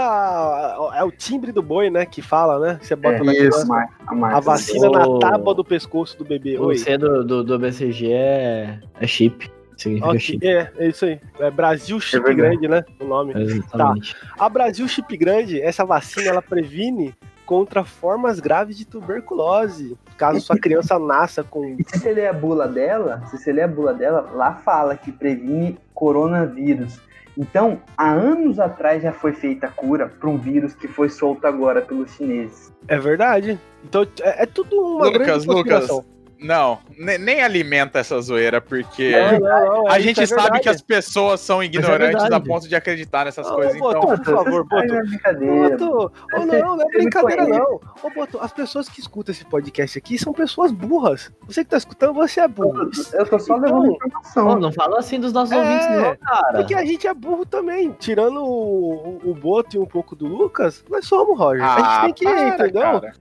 B: É o timbre do boi, né? Que fala, né? Que Você bota
D: É,
B: na
E: isso.
D: A marca, a marca.
B: A vacina
C: Oh.
B: na tábua do pescoço do bebê.
C: O
B: Oi.
C: C do, do, do BCG é, é chip. Significa
B: Ok,
C: chip.
B: É, é isso aí. É Brasil Chip
D: verdade.
B: Grande, né? O nome.
C: Exatamente.
B: A Brasil Chip Grande, essa vacina, ela previne contra formas graves de tuberculose. Caso sua criança nasça com.
D: E se você ler a bula dela, se você ler a bula dela, lá fala que previne coronavírus. Então, há anos atrás já foi feita a cura para um vírus que foi solto agora pelos chineses.
B: É verdade. Então é, é tudo uma
E: Lucas,
B: grande
E: Lucas.
B: conspiração.
E: Não, ne- nem alimenta essa zoeira, porque
B: Não, não, não, é
E: a
B: isso,
E: gente
B: é
E: sabe
B: verdade. é
E: que as pessoas são ignorantes
C: verdade.
E: a ponto de acreditar nessas
B: Ô,
E: coisas.
B: Boto,
E: Então,
B: por favor,
D: Vocês
B: Boto.
D: fazem brincadeira.
B: Boto, ô,
D: Você-
B: não, não é
D: você me
B: brincadeira,
D: conhece.
B: não. Ô, Boto, as pessoas que escutam esse podcast aqui são pessoas burras. Você que tá escutando, você é burro.
D: Eu tô só levando
B: Então,
D: informação.
C: Ô, não fala assim dos nossos
B: É,
C: ouvintes, não, cara.
B: Porque a gente é burro também. Tirando o, o- o Boto e um pouco do Lucas, nós somos, Roger.
E: Ah,
B: a gente tem que,
E: para,
B: entendeu?
E: cara.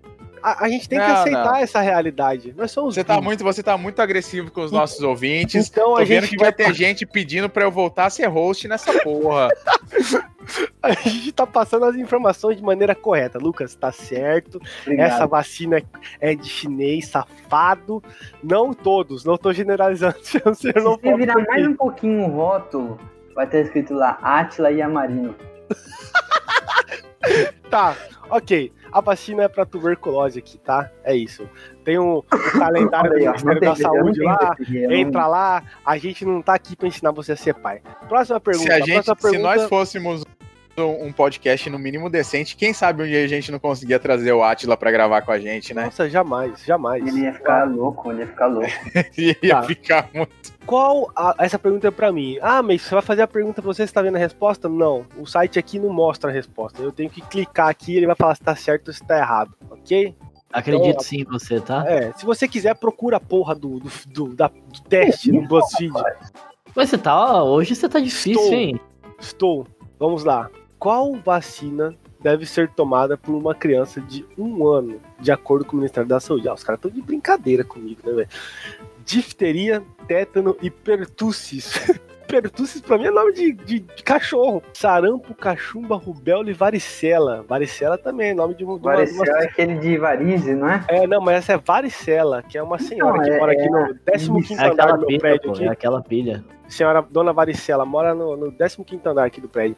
B: A, a gente tem que
E: Não,
B: aceitar
E: não.
B: essa realidade. Nós somos
E: Você tá
B: burros.
E: muito, você tá muito agressivo com os nossos ouvintes.
B: Então
E: Tô
B: a
E: vendo
B: gente,
E: que vai ter gente pedindo pra eu voltar a ser host nessa porra.
B: a gente tá passando as informações de maneira correta. Lucas, tá certo.
D: Obrigado.
B: Essa vacina é de chinês safado. Não todos, não tô generalizando. Você
D: Se
B: não
D: você
B: pode
D: virar mais um pouquinho o rótulo, vai estar escrito lá Atila e Amarino.
B: Tá, ok. A vacina é pra tuberculose aqui, tá? É isso. Tem um, um calendário do
D: Olha aí, ó,
B: Ministério
D: não
B: da
D: tem- eu não
B: Saúde
D: tenho
B: lá.
D: BCG, eu não-
B: Entra lá, a gente não tá aqui pra ensinar você a ser pai. Próxima é pergunta.
E: se a gente,
B: próxima
E: se
B: pergunta.
E: nós fôssemos um, um podcast no mínimo decente, quem sabe um dia a gente não conseguia trazer o Atila pra gravar com a gente, né? é-
B: Nossa, jamais, jamais.
D: Ele ia ficar louco, ele ia ficar louco.
E: Ia
B: Tá.
E: ficar muito.
B: Qual a- essa pergunta é pra mim? Ah, mas você vai fazer a pergunta pra você, você tá vendo a resposta? Não, o site aqui não mostra a resposta. Eu tenho que clicar aqui e ele vai falar se tá certo ou se tá errado, ok?
C: Acredito sim em você, tá?
B: É, se você quiser, procura a porra do, do, do- da- do teste
E: é
B: no BuzzFeed.
C: Mas você tá, ó, hoje você tá difícil,
B: Estou.
C: hein?
B: Estou. Vamos lá. Qual vacina deve ser tomada por uma criança de um ano, de acordo com o Ministério da Saúde? Ah, os caras estão de brincadeira comigo, né, velho? Difteria, tétano e pertussis. Pertussis pra mim é nome de, de, de cachorro. Sarampo, cachumba, rubéola e varicela. Varicela também é nome de, um- de uma- de uma...
D: Varicela é aquele de varize, não é?
B: É, não, mas essa é varicela, que é uma senhora
D: Então,
B: que
D: é-
B: mora aqui no 15º
C: É
B: andar do
C: aquela
B: meu
C: pilha,
B: prédio
C: pô.
D: né?
B: aqui.
C: É aquela pilha.
B: senhora Dona Varicela mora no, no 15º andar aqui do prédio.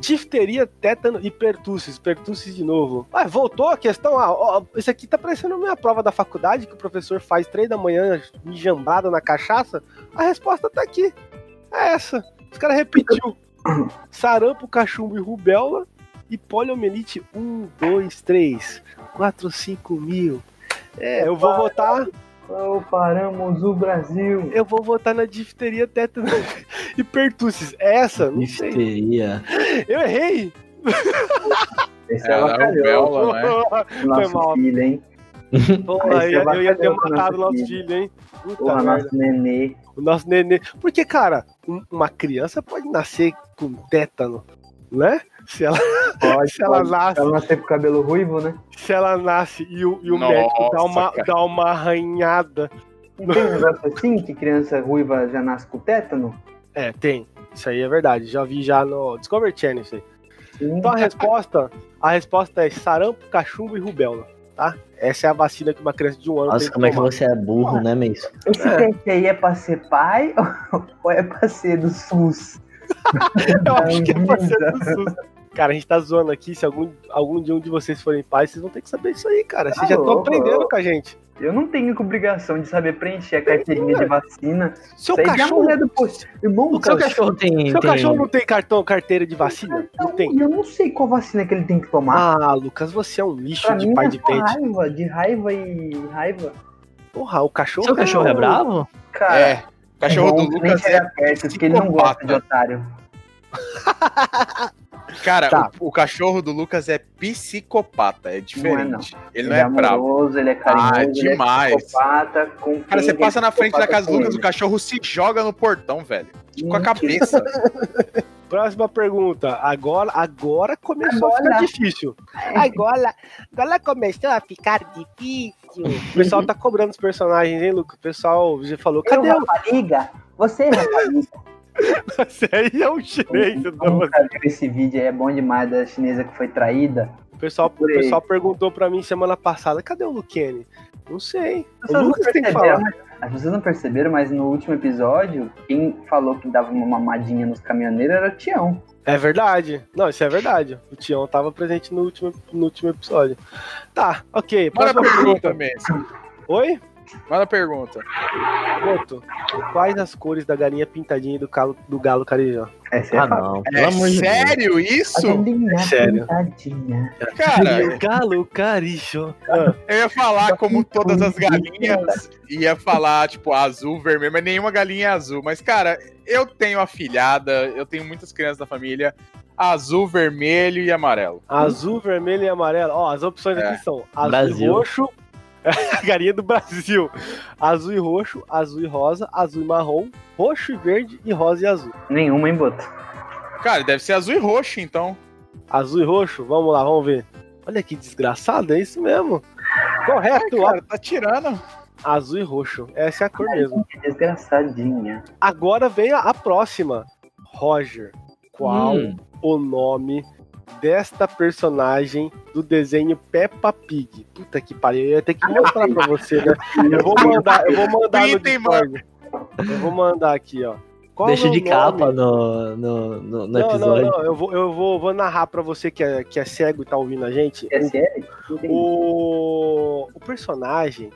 B: Difteria, tétano e pertussis. Pertussis de novo. Ah, voltou a questão. Ah, ó, isso aqui tá parecendo a minha prova da faculdade que o professor faz três da manhã mijambrada na cachaça. A resposta tá aqui. É essa. Os caras repetiu. Sarampo, cachumbo e rubéola. E poliomielite 1, 2, 3, 4, 5 mil. É, eu vou votar
D: Oh, paramos o Brasil.
B: eu vou votar na difteria, tétano e pertussis. Essa? Não sei.
C: Difteria.
B: Eu errei.
D: Esse
E: É,
D: é,
E: era o Bela,
D: avacalhou
E: né?
D: o nosso
B: mal.
D: filho, hein?
B: Porra,
D: Esse
B: eu, ia- eu ia ter
D: avacalhou com
B: matado o
D: nosso
B: nosso
D: filho.
B: filho, hein? Puta
D: Porra,
B: merda.
D: nosso nenê.
B: O nosso nenê. Porque, cara, um- uma criança pode nascer com tétano, né? Se ela,
D: Pode,
B: se ela
D: pode.
B: nasce,
D: Ela nasceu com cabelo ruivo, né?
B: se ela nasce e o, e o
E: Nossa,
B: médico dá uma,
E: cara.
B: dá uma arranhada.
D: Não tem um negócio assim que criança ruiva já nasce com tétano?
B: É, tem. Isso aí é verdade. Já vi já no Discovery Channel isso aí.
D: Sim.
B: Então a resposta, a resposta é sarampo, cachumbo e rubéola, tá? Essa é a vacina que uma criança de um ano tem
C: Nossa,
B: que
C: como é que
B: tomar.
C: você é burro, né, Meis?
D: Esse teste aí é pra ser pai ou é pra ser do SUS?
B: Eu acho que é pra ser
D: Anvisa.
B: do SUS. Cara, a gente tá zoando aqui. Se algum, algum dia um de vocês forem pais, vocês vão ter que saber isso aí, cara. Vocês
D: Tá
B: já estão
D: louco.
B: aprendendo com a gente.
D: Eu não tenho obrigação de saber preencher a carteirinha de vacina.
B: Seu
D: Isso aí já
B: um
D: é
B: cachorro,
D: mulher do posto. Irmão,
C: O seu cachorro tem. um
B: seu
C: tem- um-
B: cachorro não tem cartão, carteira de vacina? Não
D: tem.
B: tem.
D: então, Eu não sei qual vacina que ele tem que tomar.
B: Ah, Lucas, você é um lixo
D: pra
B: de
D: mim
B: pai
D: é
B: de
D: só
B: pente.
D: raiva, de raiva e raiva.
B: Porra, o cachorro.
C: Seu cachorro é
B: um-
C: bravo?
D: Cara,
E: É, o cachorro do
D: irmão, nem
E: Lucas é.
D: chega perto, porque ele não gosta
E: psicopata.
D: de otário.
E: Cara,
B: Tá.
E: o, o cachorro do Lucas é psicopata, é diferente. Ele não é bravo.
D: amoroso, ele é carinhoso,
E: Ah, é
D: ele
E: demais.
D: é psicopata. Com
E: Cara, você
D: quem
E: passa
D: é
E: na frente da
D: psicopata
E: casa do
D: com
E: Lucas, o
D: ele.
E: cachorro se joga no portão, velho. Tipo, com a cabeça.
B: Próxima pergunta. Agora, agora começou a
D: Agora.
B: ficar difícil. Agora, agora começou a ficar difícil. O pessoal tá cobrando os personagens, hein, Lucas? O pessoal já falou, cadê
D: Eu,
B: o...
D: rapariga, você, é rapariga.
B: Esse aí é um chinês. não.
D: nunca viu esse vídeo aí, é bom demais, da chinesa que foi traída.
B: O pessoal, o
D: Por aí.
B: pessoal perguntou pra mim semana passada, cadê o Luquene? Não sei.
D: As
B: O
D: pessoas não
B: Lucas tem que
D: perceberam,
B: falar.
D: É, mas- As pessoas não perceberam, mas no último episódio, quem falou que dava uma mamadinha nos caminhoneiros era o Tião.
B: É verdade. Não, isso é verdade. O Tião tava presente no último, no último episódio. Tá, ok.
E: Manda a
B: Próxima
E: pergunta,
B: pergunta.
E: Mendes.
B: Oi?
E: Manda a pergunta.
B: Boto. Quais as cores da galinha pintadinha e do, calo, do galo carijó?
D: Essa é
C: Ah,
D: a
C: não. Pelo
E: É
C: amor de Deus.
E: sério isso?
D: galinha
B: Sério.
D: pintadinha.
E: Cara,
B: O galo carijó.
E: eu ia
B: Tá
E: falar como todas as galinhas, ia falar, tipo, azul, vermelho, mas nenhuma galinha é azul. Mas, cara, eu tenho afilhada, eu tenho muitas crianças da família, azul, vermelho e amarelo.
B: Azul, vermelho e amarelo. Ó, as opções
E: É.
B: aqui são azul e
C: Brasil.
B: roxo. A galinha do Brasil. Azul e roxo, azul e rosa, azul e marrom, roxo e verde e rosa e azul.
D: Nenhuma, hein, Boto?
E: Cara, deve ser azul e roxo, então.
B: Azul e roxo? Vamos lá, vamos ver. Olha que desgraçado, é isso mesmo. Correto,
E: Cara, tá tirando.
B: ó, azul e roxo. Essa é a cor mesmo.
D: Que Desgraçadinha.
B: Agora vem a, a próxima. Roger, qual
C: Hum.
B: o nome desta personagem do desenho Peppa Pig? Puta que pariu, eu ia ter que mostrar pra você, né? Eu vou mandar, eu vou mandar no
E: Item,
B: Discord. Eu vou mandar aqui, ó. Qual é
C: Deixa
B: o
C: de
B: nome?
C: capa no, no, no, no
B: Não, não,
C: episódio.
B: não, eu vou, eu vou, vou narrar pra você que é, que é cego e tá ouvindo a gente.
D: É sério? Não tem-
B: O, o personagem,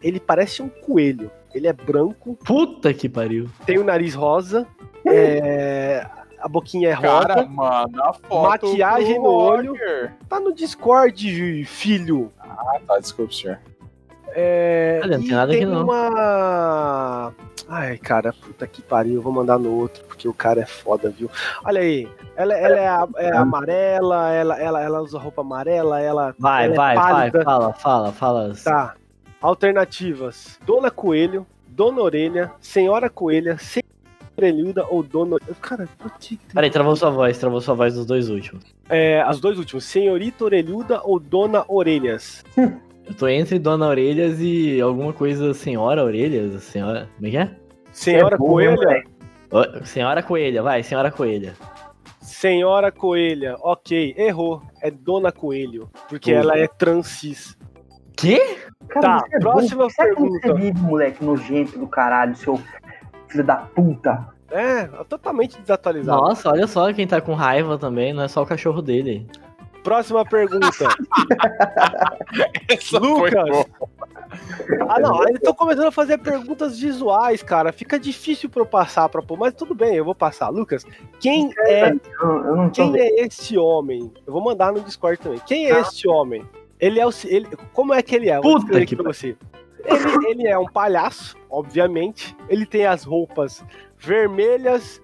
B: ele parece um coelho. Ele é branco,
C: Puta que pariu.
B: tem o nariz rosa, é, a boquinha é rosa.
E: Cara, mano, a foto.
B: Maquiagem
E: do
B: no olho.
E: Roger.
B: Tá no Discord, filho.
E: Ah, tá, desculpa, senhor.
B: É,
C: Olha, não
B: e
C: Tá tem nada
B: tem
C: aqui, não.
B: uma... Ai, cara, puta que pariu. Vou mandar no outro, porque o cara é foda, viu? Olha aí. Ela, ela é, a- é amarela, ela, ela, ela usa roupa amarela, ela.
C: Vai,
B: ela é
C: vai, vai.
B: pálida.
C: Fala, fala, fala.
B: Tá. Alternativas: Dona Coelho, Dona Orelha, Senhora Coelha, Senhora Orelhuda ou Dona. Cara, por que. que tem-
C: Peraí, travou sua voz, travou sua voz nos dois últimos.
B: É, as dois últimas: Senhorita Orelhuda ou Dona Orelhas?
C: Eu tô entre Dona Orelhas e alguma coisa Senhora Orelhas, Senhora... Como é que é?
B: Senhora
D: É burro,
B: Coelha?
D: velho.
C: Ô, Senhora Coelha, vai, Senhora Coelha.
B: Senhora Coelha, ok, errou. É Dona Coelho, porque
C: Uhum.
B: ela é transis.
C: Que?
B: Tá,
D: você é
B: próxima
D: burro. Sabe como
B: pergunta.
D: Você vive, moleque nojento do caralho, seu filho da puta.
B: É, totalmente desatualizado.
C: Nossa, olha só quem tá com raiva também, não é só o cachorro dele.
B: Próxima pergunta.
E: Essa foi boa.
B: Lucas. Ah, não, eles estão começando a fazer perguntas visuais, cara. Fica difícil pra eu passar pra pôr, mas tudo bem, eu vou passar. Lucas, quem é,
D: Eu, eu não tô
B: quem
D: vendo.
B: é este homem? Eu vou mandar no Discord também. Quem
E: Tá.
B: é este homem? Ele é o. ele- como é que ele é? Eu vou
C: Puta
B: descrever
C: que
B: pra você. Ele, ele é um palhaço, obviamente. Ele tem as roupas vermelhas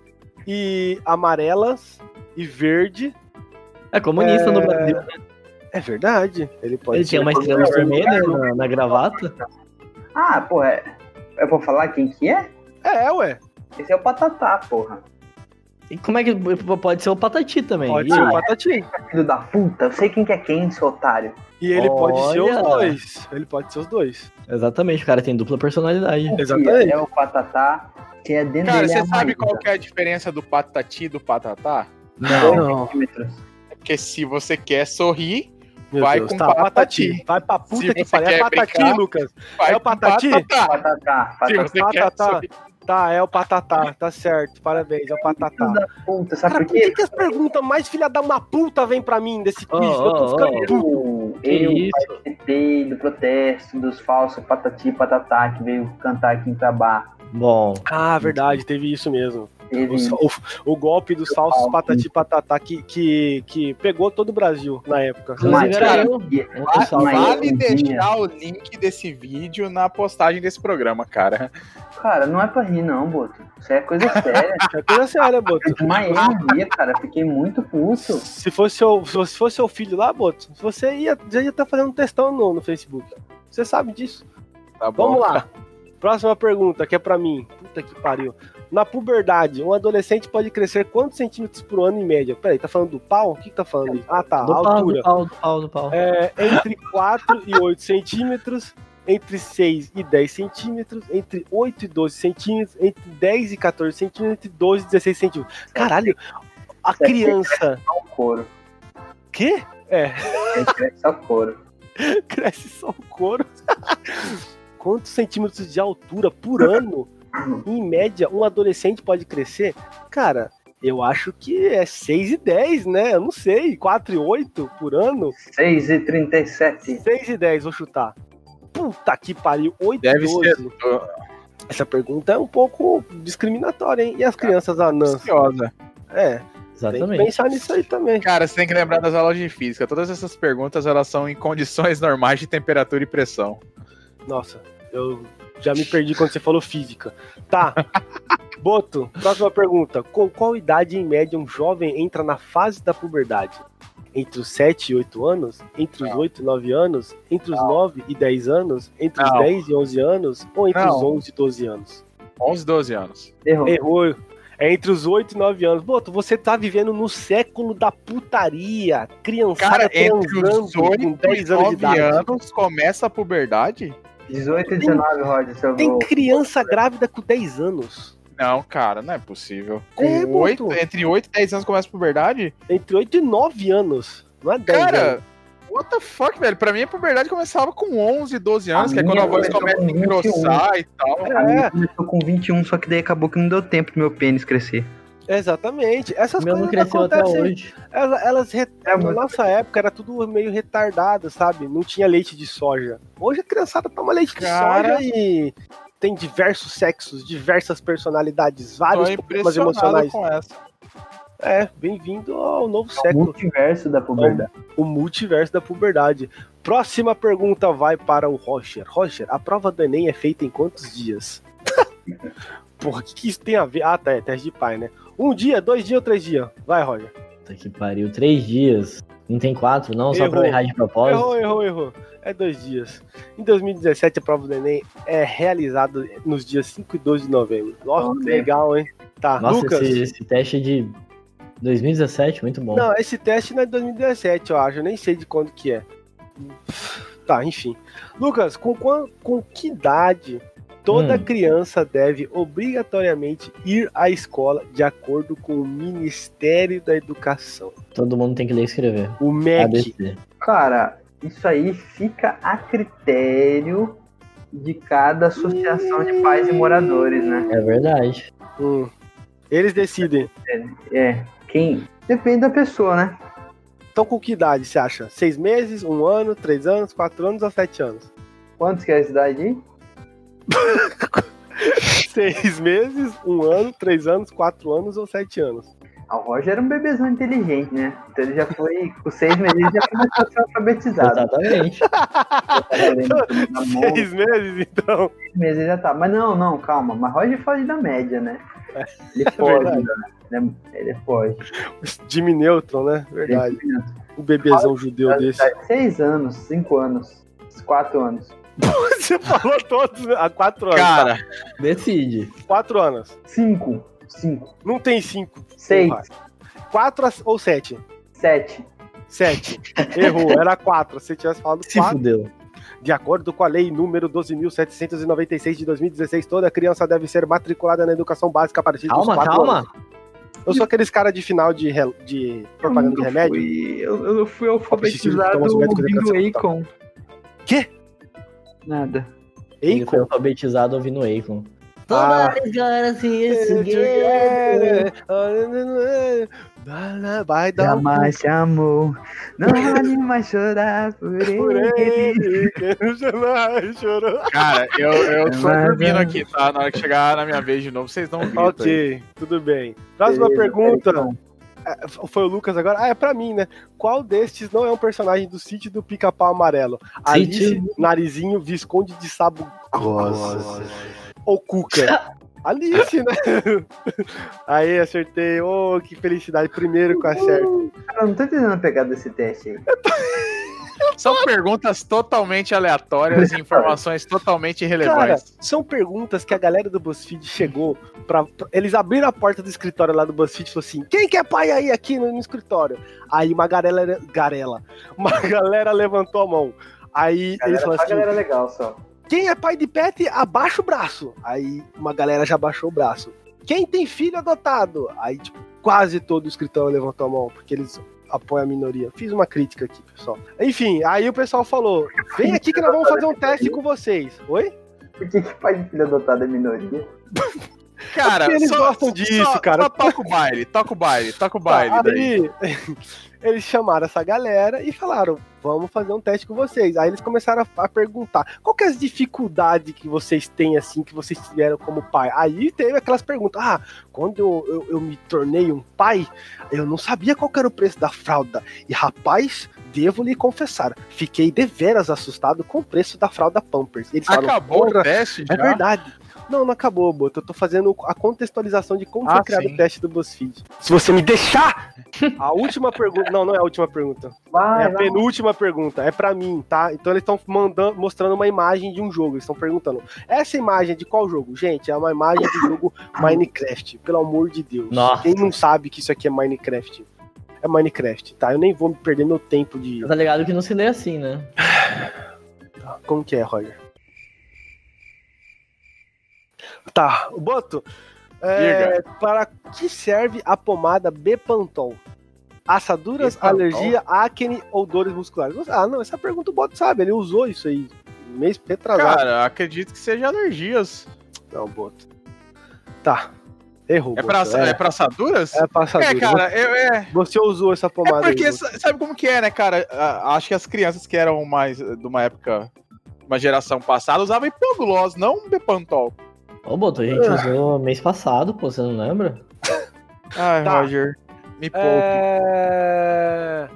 B: e amarelas e verde.
C: É comunista no
B: É,
C: Brasil.
B: É verdade. Ele pode
C: Ele
B: ser. um
C: tem uma estrela vermelha na, na gravata.
D: Ah, porra, é... eu vou falar quem que é?
B: É, ué.
D: Esse é o Patatá, porra.
C: E como é que pode ser o Patati também?
B: Pode
C: E
B: ser um o
C: aí?
B: Patati.
D: Filho da puta, eu sei quem que é quem, seu otário.
B: E ele pode ser os
C: Olha!
B: dois. Ele pode ser os dois.
C: Exatamente, o cara tem dupla personalidade.
B: Exatamente.
D: É o Patatá, que é dentro
E: Cara,
D: dele é
E: você
D: a
E: sabe
D: Maísa.
E: qual que é a diferença do patati e do patatá?
C: Não.
D: Centímetros.
E: É Porque se você quer sorrir,
B: Meu
E: Vai
B: Deus,
E: com
B: tá,
E: patati.
B: patati. Vai pra puta
E: Se
B: que
E: você
B: pariu. É
E: quer
B: patati,
E: brincar,
B: Lucas.
E: vai
B: É o
E: com
B: patati?
E: patatá.
D: Patatá,
E: Se
D: patatá.
E: você quer
B: patatá.
E: sorrir.
B: Tá, é o patatá. Tá certo. Parabéns, é o patatá.
D: Filho da puta, sabe
B: Cara,
D: por
B: por que,
D: quê?
B: que as perguntas mais filha da uma puta vem pra mim desse
C: Oh,
B: quiz? eu tô
C: oh,
B: ficando
C: oh.
B: puto.
D: Eu,
C: Que
D: eu
C: isso?
D: participei do protesto dos falsos Patati e Patatá que veio cantar aqui em Cabá.
C: Bom,
B: Ah, verdade, teve isso mesmo.
D: Teve...
B: O, o- o golpe dos falsos patati patatá que, que, que pegou todo o Brasil na época.
C: Inclusive,
D: Mas,
C: era
D: cara,
C: eu.
D: e-
C: um pessoal
D: Mas
E: Vale
D: eu vi,
E: deixar o link desse vídeo na postagem desse programa, cara.
D: Cara, não é pra rir não, Boto. Isso é coisa séria.
B: É coisa séria, Boto.
D: Mas eu não via, cara. Fiquei muito puto.
B: Se fosse seu, se fosse seu filho lá, Boto, você ia, já ia estar fazendo um textão no, no Facebook. Você sabe disso.
E: Tá bom?
B: Vamos lá. Próxima pergunta, que é pra mim. Puta que pariu. Na puberdade, um adolescente pode crescer quantos centímetros por ano em média? Peraí, tá falando do pau? O que, que tá falando? aí? Ah, tá,
C: do
B: a
C: pau,
B: altura.
C: do pau, do pau, do pau.
B: É, entre 4 e 8 centímetros, entre 6 e 10 centímetros, entre 8 e 12 centímetros, entre 10 e 14 centímetros, entre 12 e 16 centímetros. Caralho, a
C: É.
B: criança...
D: Só o couro.
B: Quê?
D: Ele cresce Só o couro.
B: Cresce só o couro. Quantos centímetros de altura por ano, em média, um adolescente pode crescer? Cara, eu acho que é 6 e 10, né? Eu não sei. 4 e 8 por ano?
D: 6 e 37.
B: 6 e 10, vou chutar. Puta que pariu. 8
E: Deve
B: e 12.
E: ser. Tô
B: Essa pergunta é um pouco discriminatória, hein? E as crianças anãs?
E: ansiosa.
B: É, tem que
C: Exatamente.
B: pensar nisso aí também.
E: Cara, você tem que lembrar das aulas de física. Todas essas perguntas elas são em condições normais de temperatura e pressão.
B: Nossa, eu já me perdi quando você falou física. Tá. Boto, próxima pergunta. Com qual idade em média um jovem entra na fase da puberdade? Entre os 7 e 8 anos? Entre os
E: Não.
B: 8 e 9 anos? Entre os 9 e 10 anos? Entre os
E: Não.
B: 10 e 11 anos? Ou entre os
E: Não.
B: 11 e 12 anos?
E: 11, 12 anos.
D: Errou.
B: Errou. É entre os 8 e 9 anos. Boto, você tá vivendo no século da putaria. Criançada
E: Cara, entre os
B: transando tá com
E: 8 e
B: 10 anos de
E: 9
B: idade.
E: anos começa a puberdade?
D: 18 e 19, Roger. Seu
B: Tem
D: gol.
B: criança grávida com 10 anos.
E: Não, cara, não é possível.
B: É,
E: Com oito-
B: Boto.
E: entre 8 e 10 anos começa a puberdade?
B: Entre 8 e 9 anos. Não é 10 anos.
E: Cara, what the fuck, velho? Pra mim a puberdade começava com 11, 12 anos,
D: A
E: que é quando
D: minha
E: a voz começa a
D: começou com 21.
E: engrossar e tal.
D: A minha
B: É,
D: começou com 21, só que daí acabou que não deu tempo do meu pênis crescer.
B: exatamente. Essas
C: O meu não
B: coisas
C: cresceu até
B: acontecem.
C: hoje.
B: Elas, elas re-
D: É,
B: na
D: mas-
B: nossa época era tudo meio retardado, sabe? Não tinha leite de soja. Hoje a criançada toma leite
E: Cara.
B: de soja e tem diversos sexos, diversas personalidades, vários
E: Tô
B: problemas
E: impressionado
B: emocionais.
E: com Tá essa.
B: É, bem-vindo ao novo
D: O
B: século,
D: multiverso da puberdade.
B: o multiverso da puberdade. Próxima pergunta vai para o Roger. Roger, a prova do Enem é feita em quantos dias? Porra, o que, que isso tem a ver? Ah, tá, é teste de pai, né? Um dia, dois dias ou três dias? Vai, Roger.
C: Puta que pariu, três dias. Não tem quatro, não, só pra
B: Errou.
C: eu errar de propósito.
B: Errou, errou, errou. É dois dias. Em 2017, a prova do Enem é realizada nos dias 5 e 12 de novembro. Nossa,
D: Vamos
B: que
D: ver.
B: legal, hein? Tá,
C: Nossa,
B: Lucas.
C: esse, esse teste é de 2017, muito bom.
B: Não, esse teste não é de 2017, eu acho. Eu nem sei de quando que é. Tá, enfim. Lucas, com, quan- com que idade Toda
C: Hum.
B: criança deve obrigatoriamente ir à escola de acordo com o Ministério da Educação.
C: Todo mundo tem que ler e escrever. É
B: O MEC.
C: ABC.
D: Cara, isso aí fica a critério de cada associação de pais e moradores, né?
C: É verdade.
B: Hum. Eles decidem.
D: É, quem. Depende da pessoa, né?
B: Então, com que idade você acha? Seis meses, um ano, três anos, quatro anos ou sete anos?
D: Quantos que é a idade aí?
B: Seis meses, um ano, três anos, quatro anos ou sete anos?
D: Ah, o Roger era um bebezão inteligente, né? Então ele já foi, com seis meses, ele já começou a ser alfabetizado. Tá
C: Exatamente. Tá
D: Na mão,
B: Seis meses, então.
D: seis meses ele já tá. Mas não, não, calma. Mas Roger foge da média, né? Ele foge,
B: É verdade.
D: né? Ele foge.
B: Jimmy então, Neutron, né? Verdade. O bebezão judeu desse.
D: Seis anos, cinco anos, quatro anos.
B: Você falou todos né? há quatro anos.
E: Cara,
C: Decide.
B: Quatro anos.
D: Cinco, cinco,
B: Não tem cinco.
D: seis,
B: porra. Quatro a- ou sete?
D: sete.
B: Sete. Errou, era quatro. Se tivesse falado
C: Se
B: quatro.
C: fudeu.
B: De acordo com a lei número 12.796 de 2016, toda criança deve ser matriculada na educação básica a partir dos
C: Calma,
B: quatro
C: calma.
B: anos. Eu sou aqueles cara de final de, re- de propaganda de
D: Eu
B: remédio.
D: fui- Eu, eu fui alfabetizado
B: Alfabetizado,
D: ouvindo
B: alfabetizado.
D: Akon.
B: tá. Quê?
D: Nada.
C: Ele foi
B: Eiko?
C: alfabetizado ouvindo Akon.
B: Ah.
C: Todas as horas isso,
B: Vai dar um
D: Jamais se amou. Não vale mais chorar por
B: por
D: ele.
B: ele. quem jamais chorou.
E: cara, eu, eu tô
D: Mas,
E: dormindo
D: é.
E: aqui, tá? Na hora que chegar na minha vez de novo, vocês dão um grito aí.
B: Ok, tudo bem. Próxima
D: Beleza,
B: pergunta.
D: então.
B: É, Foi o Lucas agora? Ah, é pra mim, né? Qual destes não é um personagem do sítio do pica-pau amarelo? Alice, Narizinho, Visconde de Sabo ou Cuca? Alice, né? Aí, acertei. Oh, que felicidade. Primeiro que eu acerto.
D: Cara, eu não tô entendendo a pegada desse teste aí.
E: São perguntas totalmente aleatórias e informações totalmente
B: Cara,
E: irrelevantes.
B: são perguntas que a galera do BuzzFeed chegou pra, pra- Eles abriram a porta do escritório lá do BuzzFeed e falou assim: quem que é pai aí aqui no, no escritório? Aí uma galera. Garela. Uma galera levantou a mão. Aí eles
D: Galera,
B: falaram
D: só
B: assim:
D: galera legal só.
B: Quem é pai de pet, abaixa o braço. Aí uma galera já baixou o braço. Quem tem filho adotado? Aí, tipo, quase todo o escritório levantou a mão, porque eles apoiam a minoria. Fiz uma crítica aqui, pessoal. Enfim, aí o pessoal falou: vem aqui que nós vamos fazer um teste com vocês. Oi?
D: Por que, que pai de filho adotado é minoria?
E: Cara,
B: é eles gostam disso,
E: só-
B: cara. Tá,
E: Só toca o baile, toca o baile, toca o baile. daí.
B: Aí eles chamaram essa galera e falaram: vamos fazer um teste com vocês. Aí eles começaram a, a perguntar: qual que é as dificuldades que vocês têm, assim, que vocês tiveram como pai? Aí teve aquelas perguntas: ah, quando eu, eu, eu me tornei um pai, eu não sabia qual que era o preço da fralda. E rapaz, devo lhe confessar, fiquei deveras assustado com o preço da fralda Pampers. Eles falaram,
E: Acabou
B: "Porra,
E: o teste já?
B: é verdade. Não, não acabou, Boto. Eu tô fazendo a contextualização de como
E: Ah,
B: foi criado
E: sim.
B: o teste do BuzzFeed. Se você me deixar! A última pergunta. Não, não é a última pergunta. É
D: Vai,
B: a
D: vai.
B: penúltima pergunta. É pra mim, tá? Então eles estão mandando, mostrando uma imagem de um jogo. Eles estão perguntando: essa imagem é de qual jogo? Gente, é uma imagem do jogo Minecraft. Pelo amor de Deus.
C: Nossa.
B: Quem não sabe que isso aqui é Minecraft? É Minecraft, tá? Eu nem vou me perder meu tempo de.
C: Tá ligado que não se lê assim, né?
B: Como que é, Roger? Tá, o Boto. é, para que serve a pomada Bepantol? Assaduras,
E: Bepantol?
B: alergia, acne ou dores musculares? Ah, não, essa pergunta o Boto sabe, ele usou isso aí mês retrasado.
E: Cara, acredito que seja alergias.
B: Não, Boto. Tá, errou.
E: É pra,
B: Boto,
E: é pra assaduras?
B: é pra assadura.
E: É, cara, eu, é.
B: Você usou essa
E: É
B: pomada
E: porque
B: aí, Boto.
E: sa- sabe como que é, né, cara? A- Acho que as crianças que eram mais eh, de uma época, uma geração passada, usavam hipoglós, não bepantol.
C: Ô, Boto, a
B: Ah.
C: gente usou mês passado, pô, você não lembra?
E: Ai,
B: Tá.
E: Roger, me poupe.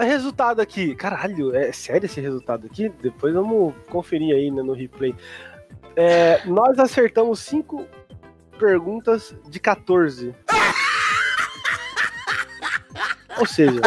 B: É... Resultado aqui. Caralho, é sério esse resultado aqui? Depois vamos conferir aí né, no replay. É, nós acertamos 5 perguntas de 14. Ou seja,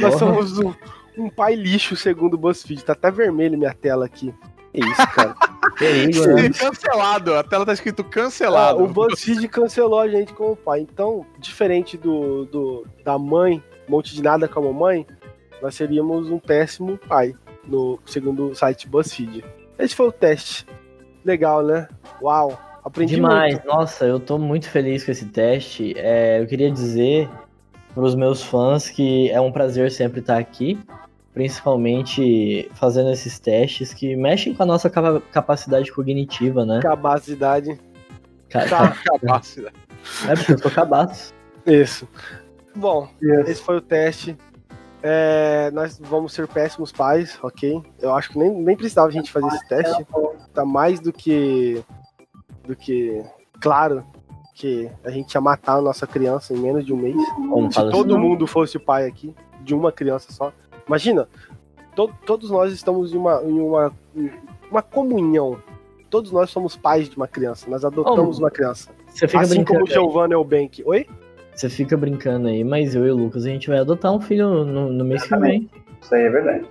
B: nós
C: Porra.
B: somos um, um pai lixo, segundo o BuzzFeed. Tá até vermelho minha tela aqui. Que isso, cara.
C: Perigo, né?
E: Escrito Cancelado, a tela tá escrito
B: Ah,
E: cancelado.
B: o BuzzFeed cancelou a gente como pai. Então, diferente do, do da mãe, um monte de nada com a mamãe, nós seríamos um péssimo pai, no, segundo o site BuzzFeed. Esse foi o teste. Legal, né? Uau, aprendi
C: Demais,
B: muito.
C: nossa, eu tô muito feliz com esse teste. É, eu queria dizer pros meus fãs que é um prazer sempre estar aqui, principalmente fazendo esses testes que mexem com a nossa capa- capacidade cognitiva, né?
B: Capacidade.
C: Ca-
B: Tá,
E: Capacidade.
C: É porque eu tô cabaço.
B: isso. Bom, esse foi o teste. É, nós vamos ser péssimos pais, ok? Eu acho que nem, nem precisava a gente fazer esse teste. Tá mais do que. do que. claro que a gente ia matar a nossa criança em menos de um mês.
C: Como
B: Se
C: fala assim,
B: todo
C: não?
B: mundo fosse o pai aqui, de uma criança só. Imagina, to- todos nós estamos em uma, em uma, em uma comunhão. Todos nós somos pais de uma criança, nós adotamos
C: Oh,
B: uma criança.
C: Você fica
B: Assim como
C: brincando.
B: o Giovanna Eubank. Oi?
C: Você fica brincando aí, mas eu e o Lucas a gente vai adotar um filho no, no mês que vem.
D: Isso aí é verdade.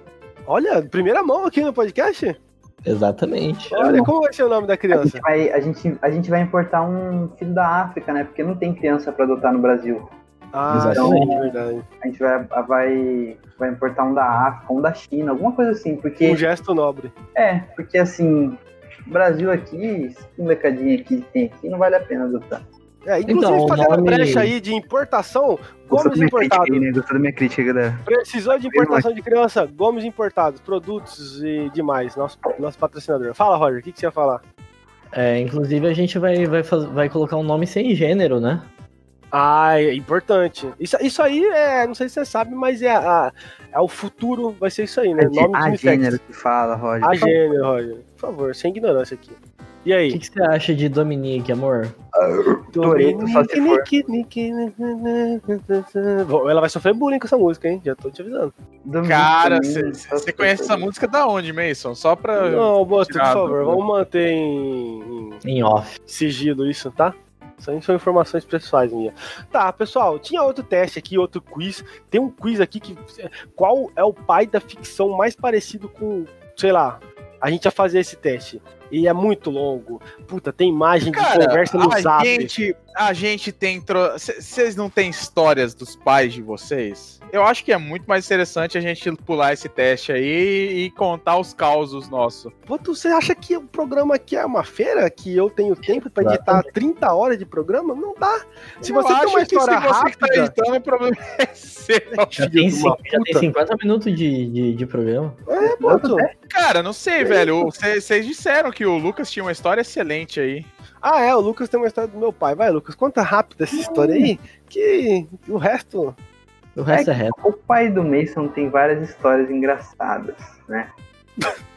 B: Olha, primeira mão aqui no podcast.
C: Exatamente.
B: Olha, como vai ser o nome da
D: A gente,
B: criança?
D: vai, a, gente, a gente vai importar um filho da África, né? Porque não tem criança pra adotar no Brasil.
B: Ah,
C: Exatamente.
B: sim, verdade.
D: A gente vai, vai, vai importar um da África, um da China, alguma coisa assim. Porque
B: Um gesto nobre.
D: É, porque assim, o Brasil aqui, esse molecadinho aqui que tem aqui, não vale a pena adotar.
B: É, inclusive,
C: Então, o
B: fazendo
C: nome-
B: brecha aí de importação, Gomes
D: Gostou da minha crítica aí,
B: importado.
D: né? Gostou da minha crítica, né? galera?
B: Precisou de importação de criança, Gomes importados, produtos e demais, nosso, nosso patrocinador. Fala, Roger, o que, que você ia falar?
C: É, inclusive a gente vai, vai, faz- vai colocar um nome sem gênero, né?
B: Ah, é importante. Isso, isso aí é, não sei se você sabe, mas é, a, é o futuro, vai ser isso aí, né? Nome
D: a
B: de
D: gênero
B: gênero.
D: que fala, Roger.
B: A gênero, Roger. Por favor, sem ignorância aqui. E
C: O
B: aí?
C: que, que você acha de Dominique, amor?
D: Toreto, só se for.
B: Bom, Ela vai sofrer bullying com essa música, hein? Já tô te avisando.
D: Domingo,
E: Cara,
D: domingo,
E: você
D: só se
E: você conhece
D: for.
E: essa música da onde, Mason? Só pra.
B: Não, Bosta, por
E: Irado.
B: favor, vamos manter em, em
C: Em off.
B: sigilo isso, tá? Isso aí são informações pessoais minha. Tá, pessoal, tinha outro teste aqui, outro quiz. Tem um quiz aqui que. Qual é o pai da ficção mais parecido com. Sei lá, a gente ia fazer esse teste. E é muito longo. Puta, tem imagem de
E: Cara,
B: conversa no
E: a
B: zap.
E: gente, a gente tem. Vocês não têm histórias dos pais de vocês? Eu acho que é muito mais interessante a gente pular esse teste aí e contar os causos nossos.
B: Puta, você acha que o programa aqui é uma feira? Que eu tenho tempo pra editar 30 horas de programa? Não dá. Se
E: Eu
B: você tem
E: acho
B: uma
E: que
B: história
E: se você que tá
B: rápida.
E: editando, o problema é seu.
C: Já
E: filho
C: tem,
E: de
C: cin-
E: uma
C: já tem
E: puta.
C: 50 minutos de, de, de programa.
B: É, pronto.
E: Cara, não sei, velho. Vocês disseram que o Lucas tinha uma história excelente aí.
B: Ah, é, o Lucas tem uma história do meu pai. Vai, Lucas, conta rápido essa história aí, que o resto.
C: O resto é, reto.
D: O pai do Mason tem várias histórias engraçadas, né?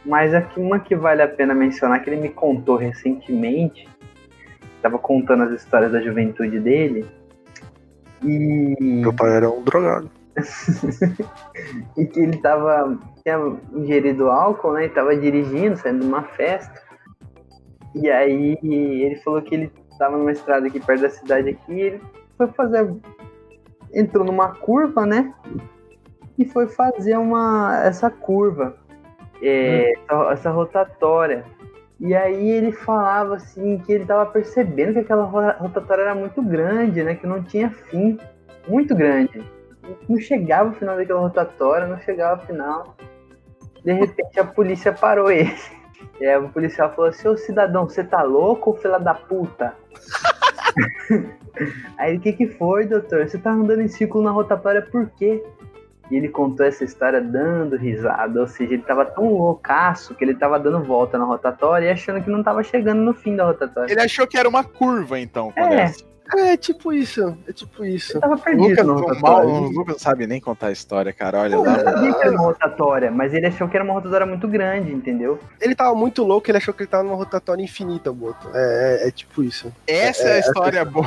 D: Mas aqui uma que vale a pena mencionar, que ele me contou recentemente, tava contando as histórias da juventude dele, e
B: pai era um drogado.
D: e que ele tava tinha ingerido álcool, né? E tava dirigindo, saindo de uma festa. E aí ele falou que ele tava numa estrada aqui perto da cidade aqui, e ele foi fazer entrou numa curva, né? E foi fazer uma essa curva, é, essa, essa rotatória. E aí ele falava assim que ele tava percebendo que aquela ro- rotatória era muito grande, né? Que não tinha fim, muito grande não chegava o final daquela rotatória, não chegava o final. De repente a polícia parou ele. E aí o policial falou assim, ô cidadão, você tá louco, filha da puta? aí ele, o que que foi, doutor? Você tá andando em círculo na rotatória por quê? E ele contou essa história dando risada, ou seja, ele tava tão loucaço que ele tava dando volta na rotatória e achando que não tava chegando no fim da rotatória.
E: Ele achou que era uma curva, então. quando
D: É.
E: era assim.
B: É, tipo isso, é tipo isso.
D: Ele tava
E: O
D: perdido né?
E: Lucas,
D: na
E: o
D: rotatória.
E: mal, o Lucas não sabe nem contar a história, cara. Olha
D: Não,
E: lá.
D: ele sabia que era uma rotatória, mas ele achou que era uma rotatória muito grande, entendeu?
B: Ele tava muito louco, ele achou que ele tava numa rotatória infinita, Boto. É, é, é tipo isso.
E: Essa é a história boa.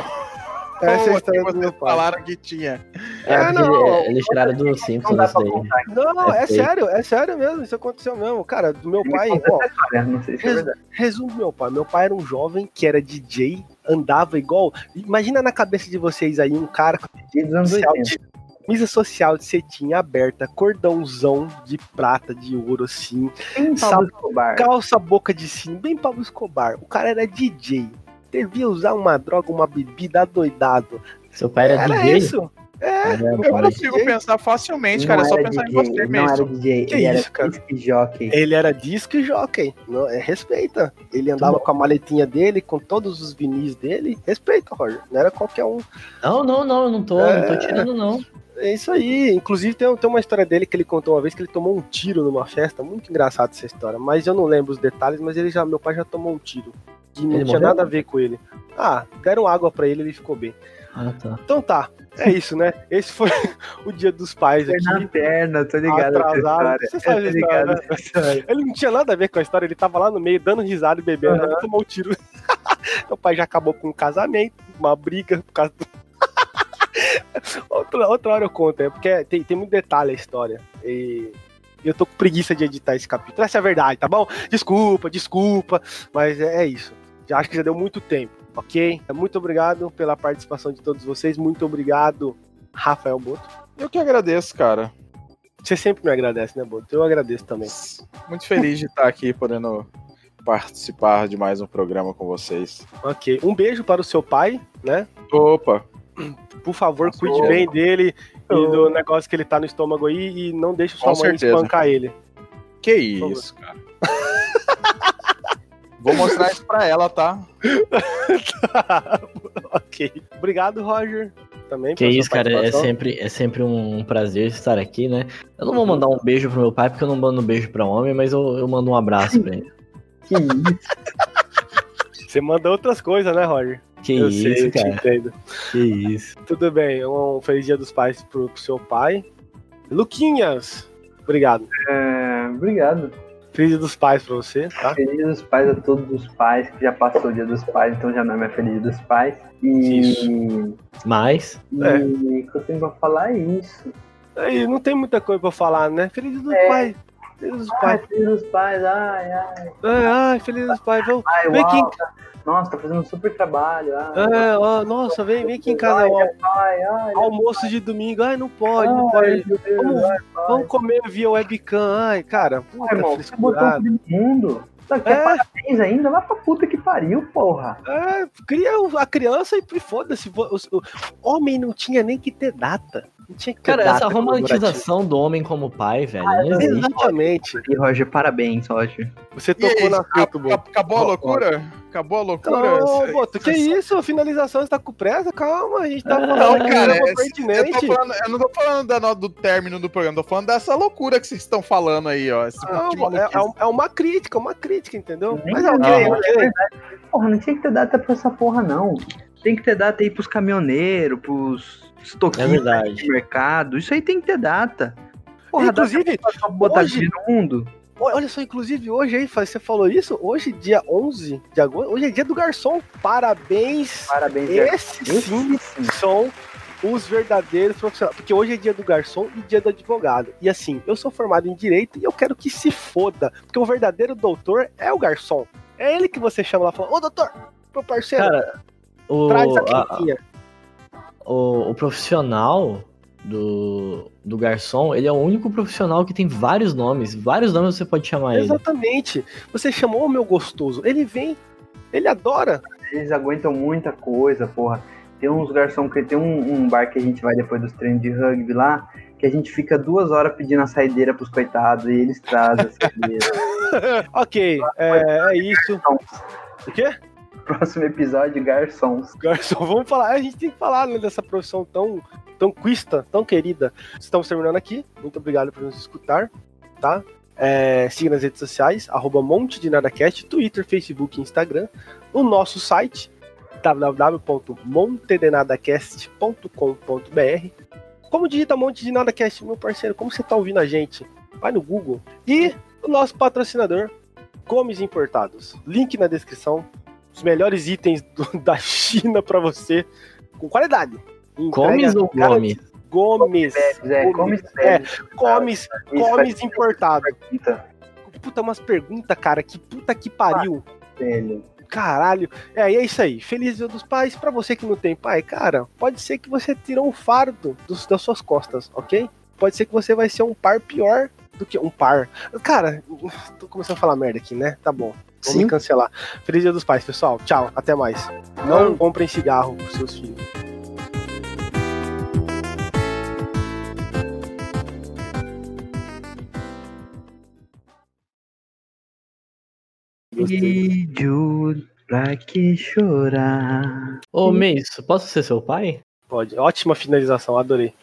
B: Essa é a história
E: que
B: do meu
E: vocês
B: pai.
E: falaram que tinha.
C: É,
B: É,
C: porque
B: não,
C: ele- eles tiraram dos Simpsons isso daí.
D: contar.
B: Não, é,
C: É feio.
B: sério, é sério mesmo, isso aconteceu mesmo. Cara, do meu
D: Ele
B: pai,
D: conta
B: ó,
D: essa história, não sei se é
B: Resu-
D: verdade.
B: Resumo, meu pai. Meu pai era um jovem que era DJ, andava igual. Imagina na cabeça de vocês aí um cara
D: Dia dos anos
B: social
D: 80.
B: de, camisa social de cetim aberta, cordãozão de prata, de ouro assim,
D: Quem
B: Sabe-
D: Pablo Escobar?
B: calça boca de sino, bem Pablo Escobar. O cara era DJ, devia usar uma droga, uma bebida adoidado.
C: Seu pai era
B: Era
C: DJ?
B: isso. É,
D: Não,
E: Eu
D: cara,
E: consigo pensar facilmente, cara. É só pensar em você
D: ele não era
E: mesmo.
D: DJ,
B: Que
D: ele era
B: isso, cara?
D: disc jockey.
B: ele era disco e jockey. Não, é, respeita. Ele andava com a maletinha dele, com todos os vinis dele. Respeita, Roger. Não era qualquer um.
C: Não, não, não, eu não tô, não tô tirando, não.
B: É isso aí. Inclusive, tem, tem uma história dele que ele contou uma vez que ele tomou um tiro numa festa. Muito engraçado essa história. Mas eu não lembro os detalhes, mas ele já, meu pai já tomou um tiro. E não
C: Ele
B: tinha
C: morreu?
B: nada a ver com ele. Ah, deram água pra ele e ele ficou bem.
C: Ah, tá.
B: Então tá. É isso, né? Esse foi o dia dos pais
D: Foi
B: aqui.
D: na perna, tô ligado. nessa
B: Atrasado.
D: história.
B: Você sabe a história,
D: Eu tô
B: né?
D: ligado nessa história.
B: Ele não tinha nada a ver com a história, ele tava lá no meio dando risada e bebendo, ele tomou um tiro. Meu pai já acabou com um casamento, uma briga por causa do. outra, outra hora eu conto, é porque tem, tem muito detalhe a história. E eu tô com preguiça de editar esse capítulo. Essa é a verdade, tá bom? Desculpa, desculpa, mas é, é isso. Já acho que já deu muito tempo, ok? Então, Muito obrigado pela participação de todos vocês. Muito obrigado, Rafael Boto.
E: Eu que agradeço, cara.
B: Você sempre me agradece, né, Boto? Eu agradeço também.
E: Muito feliz de estar aqui podendo participar de mais um programa com vocês.
B: Ok. Um beijo para o seu pai, né?
E: Opa,
B: Por favor,
E: Nossa,
B: cuide
E: eu-
B: bem dele e do negócio que ele tá no estômago aí e não deixe sua
E: Com
B: mãe
E: certeza.
B: espancar ele.
E: que isso, cara. Vou mostrar isso pra ela, tá?
B: ok. Obrigado, Roger. Também
C: Que
B: pela sua
C: isso, cara, é
B: participação.
C: sempre, é sempre um prazer estar aqui, né? Eu não vou mandar um beijo pro meu pai, porque eu não mando um beijo pra homem, mas eu, eu mando um abraço pra ele.
D: Que isso,
B: Você manda outras coisas, né, Roger?
C: Que
B: eu
C: isso,
B: sei, eu te
C: cara.
B: entendo.
C: Que isso.
B: Tudo bem, um feliz dia dos pais pro, pro seu pai. Luquinhas, obrigado.
D: é, Obrigado.
B: Feliz dia dos pais pra você, tá?
D: Feliz Dia dos Pais a todos os pais, que já passou o Dia dos Pais, então já não é mais Feliz Dia dos Pais. E,
B: Isso.
C: Mas,
B: É.
D: e o que eu tenho pra falar é isso.
B: Aí, não tem muita coisa pra falar, né? Feliz dia dos
D: É.
B: pais. Feliz dos
D: Ai,
B: pais.
D: Ah, Feliz Dia dos Pais, ai, ai,
B: Ah, ah, feliz dia dos pais. Vamos.
D: ai,
B: Vem
D: uau,
B: aqui.
D: tá- Nossa, tá fazendo um super trabalho. Ai,
B: Ah, ó, nossa, vem, vem aqui em casa.
D: Ai,
B: ó.
D: ai, ai,
B: almoço de domingo, ai, não pode, não
D: ai,
B: pode.
D: meu Deus,
B: Vamos-
D: ai,
B: Vamos comer via webcam, ai, cara,
D: ai,
B: puta,
D: irmão, você botou um o
B: frescurada.
D: filho do mundo. Não, quer
B: um É.
D: parabéns ainda? Vai pra puta que pariu, porra.
B: É, cria o- a criança e foda-se. vo- O, o homem não tinha nem que ter data. Não tinha que ter
C: cara,
B: data
C: essa
B: comemorativa.
C: romantização do homem como pai, velho,
D: Ah, é
C: não existe.
B: Exatamente.
D: E Roger, parabéns, Roger.
B: Você
E: E aí,
B: tocou na
E: acabou-
B: fruta, Boto.
E: acabou a loucura? Acabou a loucura? É
B: Não, Boto, que isso? Finalização, você tá com pressa? Calma, a gente tá falando
E: Não,
B: aqui,
E: cara,
B: programa
E: é- eu, tô
B: pertinente.
E: falando- eu não tô falando da no- do término do programa, tô falando dessa loucura que vocês estão falando aí, ó. Esse monte de
B: Não, é,
E: maluquice.
B: é um- é uma crítica, uma crítica, entendeu?
D: Nem
B: Mas
D: não,
B: ok,
E: né, não,
B: ok.
D: Porra, não tinha que ter data pra essa porra, não. Tem que ter data aí pros caminhoneiros, pros
C: É
D: estoquistas de
C: verdade.
D: mercado. Isso aí tem que ter data. Porra, dá
B: Inclusive,
D: pra só botar
B: hoje-
D: hoje... no mundo.
B: Olha olha só, inclusive hoje aí, Fábio, você falou isso, hoje dia 11 de agosto, hoje é dia do garçom. Parabéns.
D: Parabéns, Diego.
B: Esses sim são os verdadeiros profissionais, porque hoje é dia do garçom e dia do advogado. E assim, eu sou formado em direito e eu quero que se foda, porque o verdadeiro doutor é o garçom. É ele que você chama lá e fala: "Ô, doutor, meu parceiro,
C: Cara, o,
B: traz a
C: a-
B: quentinha."
C: o, o profissional do, do garçom, ele é o único profissional que tem vários nomes. Vários nomes você pode chamar ele.
B: Exatamente. Você chamou o meu gostoso, ele vem, ele adora.
D: Eles aguentam muita coisa, porra. Tem uns garçom que tem um, um bar que a gente vai depois dos treinos de rugby lá, que a gente fica duas horas pedindo a saideira pros coitados e eles trazem a saideira.
B: ok, é, é isso. O quê?
D: Próximo episódio, garçons.
B: Garçom, vamos falar. A gente tem que falar né, dessa profissão tão, tão quista, tão querida. Estamos terminando aqui. Muito obrigado por nos escutar, tá? É, siga nas redes sociais, arroba Monte de NadaCast, Twitter, Facebook e Instagram. O nosso site, www.montedenadacast.com.br Como digita Monte de NadaCast, meu parceiro? Como você tá ouvindo a gente? Vai no Google. E o nosso patrocinador, Gomes Importados. Link na descrição os melhores itens do- da China pra você, com qualidade. Entrega
C: Comes ou
B: garantida.
C: come?
B: Gomes. é,
D: Zé, como
B: Gomes.
D: escreve?
B: Comes,
D: Isso
B: comes
D: faz
B: importado.
D: pergunta,
B: Puta, umas perguntas, cara, que puta que pariu.
D: velho.
B: Caralho. É, e é isso aí. Feliz Dia dos Pais. Pra você que não tem pai, cara, pode ser que você tirou um fardo dos- das suas costas, ok? Pode ser que você vai ser um par pior do que um par. Cara, tô começando a falar merda aqui, né? Tá bom. Vou me
C: Sim.
B: cancelar. Feliz Dia dos Pais, pessoal. Tchau. Até mais. Não comprem cigarro pros seus filhos.
D: Vídeo, pra que chorar?
C: Ô, Meis, posso ser seu pai?
B: Pode. Ótima finalização, adorei.